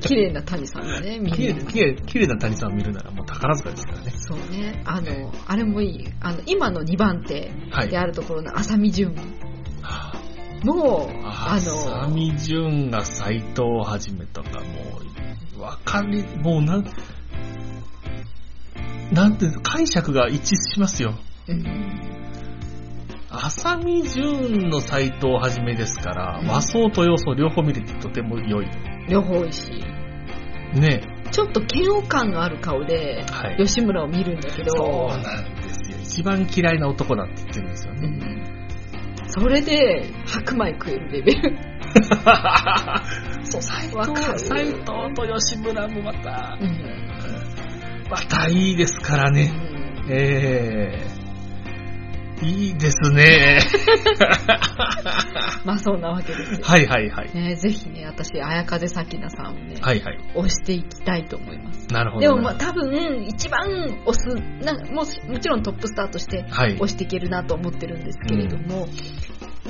[SPEAKER 3] 綺麗な谷さんがね、見
[SPEAKER 2] 綺
[SPEAKER 3] れ
[SPEAKER 2] 麗
[SPEAKER 3] る。
[SPEAKER 2] 綺麗綺麗な谷さんを見るならもう宝塚ですからね。
[SPEAKER 3] そうね、あの、あれもいい。あの、今の2番手
[SPEAKER 2] はい
[SPEAKER 3] で。あるところの浅見純
[SPEAKER 2] はあ
[SPEAKER 3] も、あ
[SPEAKER 2] あの、浅
[SPEAKER 3] の、
[SPEAKER 2] 見純が斎藤を始めとか、もう、わかり、もうなん、なんていうの、解釈が一致しますよ。
[SPEAKER 3] うん、
[SPEAKER 2] 浅見純の斎藤を始めですから、
[SPEAKER 3] うん
[SPEAKER 2] 和装と洋装両方見れてとても良い。
[SPEAKER 3] 両方いいし、
[SPEAKER 2] ね
[SPEAKER 3] ちょっと嫌悪感のある顔で、
[SPEAKER 2] はい
[SPEAKER 3] 吉村を見るんだけど、
[SPEAKER 2] そうなんですよ。一番嫌いな男だって言ってるんですよ
[SPEAKER 3] う
[SPEAKER 2] ね。
[SPEAKER 3] んそれで、白米食えるレベル。
[SPEAKER 2] そう、斎
[SPEAKER 3] わかる
[SPEAKER 2] 斎藤と吉村もまた
[SPEAKER 3] う、ん
[SPEAKER 2] またいいですからね。ええいいです ね。
[SPEAKER 3] まあそんなわけですよ。
[SPEAKER 2] はいはいはい。
[SPEAKER 3] ね、ぜひね、私、綾風咲菜さんをね、
[SPEAKER 2] はいはい。
[SPEAKER 3] 押していきたいと思います。
[SPEAKER 2] なるほど。
[SPEAKER 3] でもま
[SPEAKER 2] な
[SPEAKER 3] あ
[SPEAKER 2] る
[SPEAKER 3] 多分一番押すなもうもちろんトップスターとして
[SPEAKER 2] ほどはい
[SPEAKER 3] 押。していけるなと思ってるんですけれども、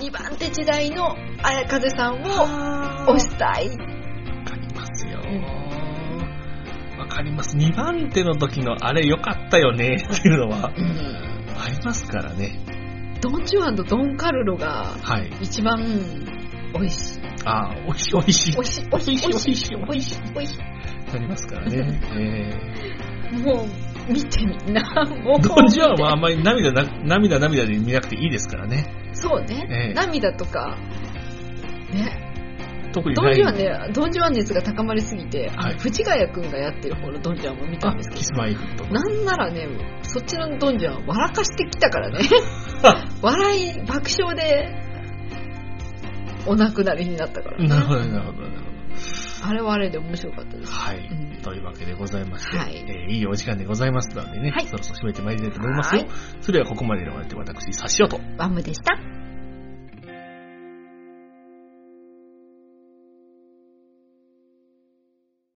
[SPEAKER 3] 2番手時代の綾風さんを押したい、
[SPEAKER 2] わかりますよ。
[SPEAKER 3] う
[SPEAKER 2] わかります。2番手の時のあれ良かったよねっていうのは
[SPEAKER 3] ん、
[SPEAKER 2] ありますからね。
[SPEAKER 3] ドン・チュアンとドン・カルロが
[SPEAKER 2] はい。
[SPEAKER 3] 一番美味しい
[SPEAKER 2] ああ、おいしいおいしい。
[SPEAKER 3] 美味しい美味しい美味しい美味しい美味し
[SPEAKER 2] ありますから ね。
[SPEAKER 3] いもう見てみん なも
[SPEAKER 2] え
[SPEAKER 3] う
[SPEAKER 2] ー、ドンジュアンはあんまり涙な、涙涙で見なくていいですからね。
[SPEAKER 3] そうね、
[SPEAKER 2] ええ
[SPEAKER 3] 涙とかね
[SPEAKER 2] 特に
[SPEAKER 3] ドンジュアン
[SPEAKER 2] ね。
[SPEAKER 3] ね、ドンジュアン熱が高まりすぎて、あの
[SPEAKER 2] はい
[SPEAKER 3] 藤ヶ谷くんがやってる方のドンジュアンも見た
[SPEAKER 2] あ
[SPEAKER 3] んです、け
[SPEAKER 2] キスマイフと
[SPEAKER 3] ど、
[SPEAKER 2] か。
[SPEAKER 3] なんならね、そっちのドンジュアン笑かしてきたからね、 笑い、爆笑で、お亡くなりになったから、ね。
[SPEAKER 2] なるほど、なるほど、なるほど。
[SPEAKER 3] あれはあれで面白かったです。
[SPEAKER 2] はい、
[SPEAKER 3] うん
[SPEAKER 2] というわけでございまして、
[SPEAKER 3] はい
[SPEAKER 2] いえーいいお時間でございますのでね、
[SPEAKER 3] はい
[SPEAKER 2] そろそろ締めてまいりたいと思いますよ。
[SPEAKER 3] はい
[SPEAKER 2] それではここまででお会いい私、差しよと。
[SPEAKER 3] バムでした。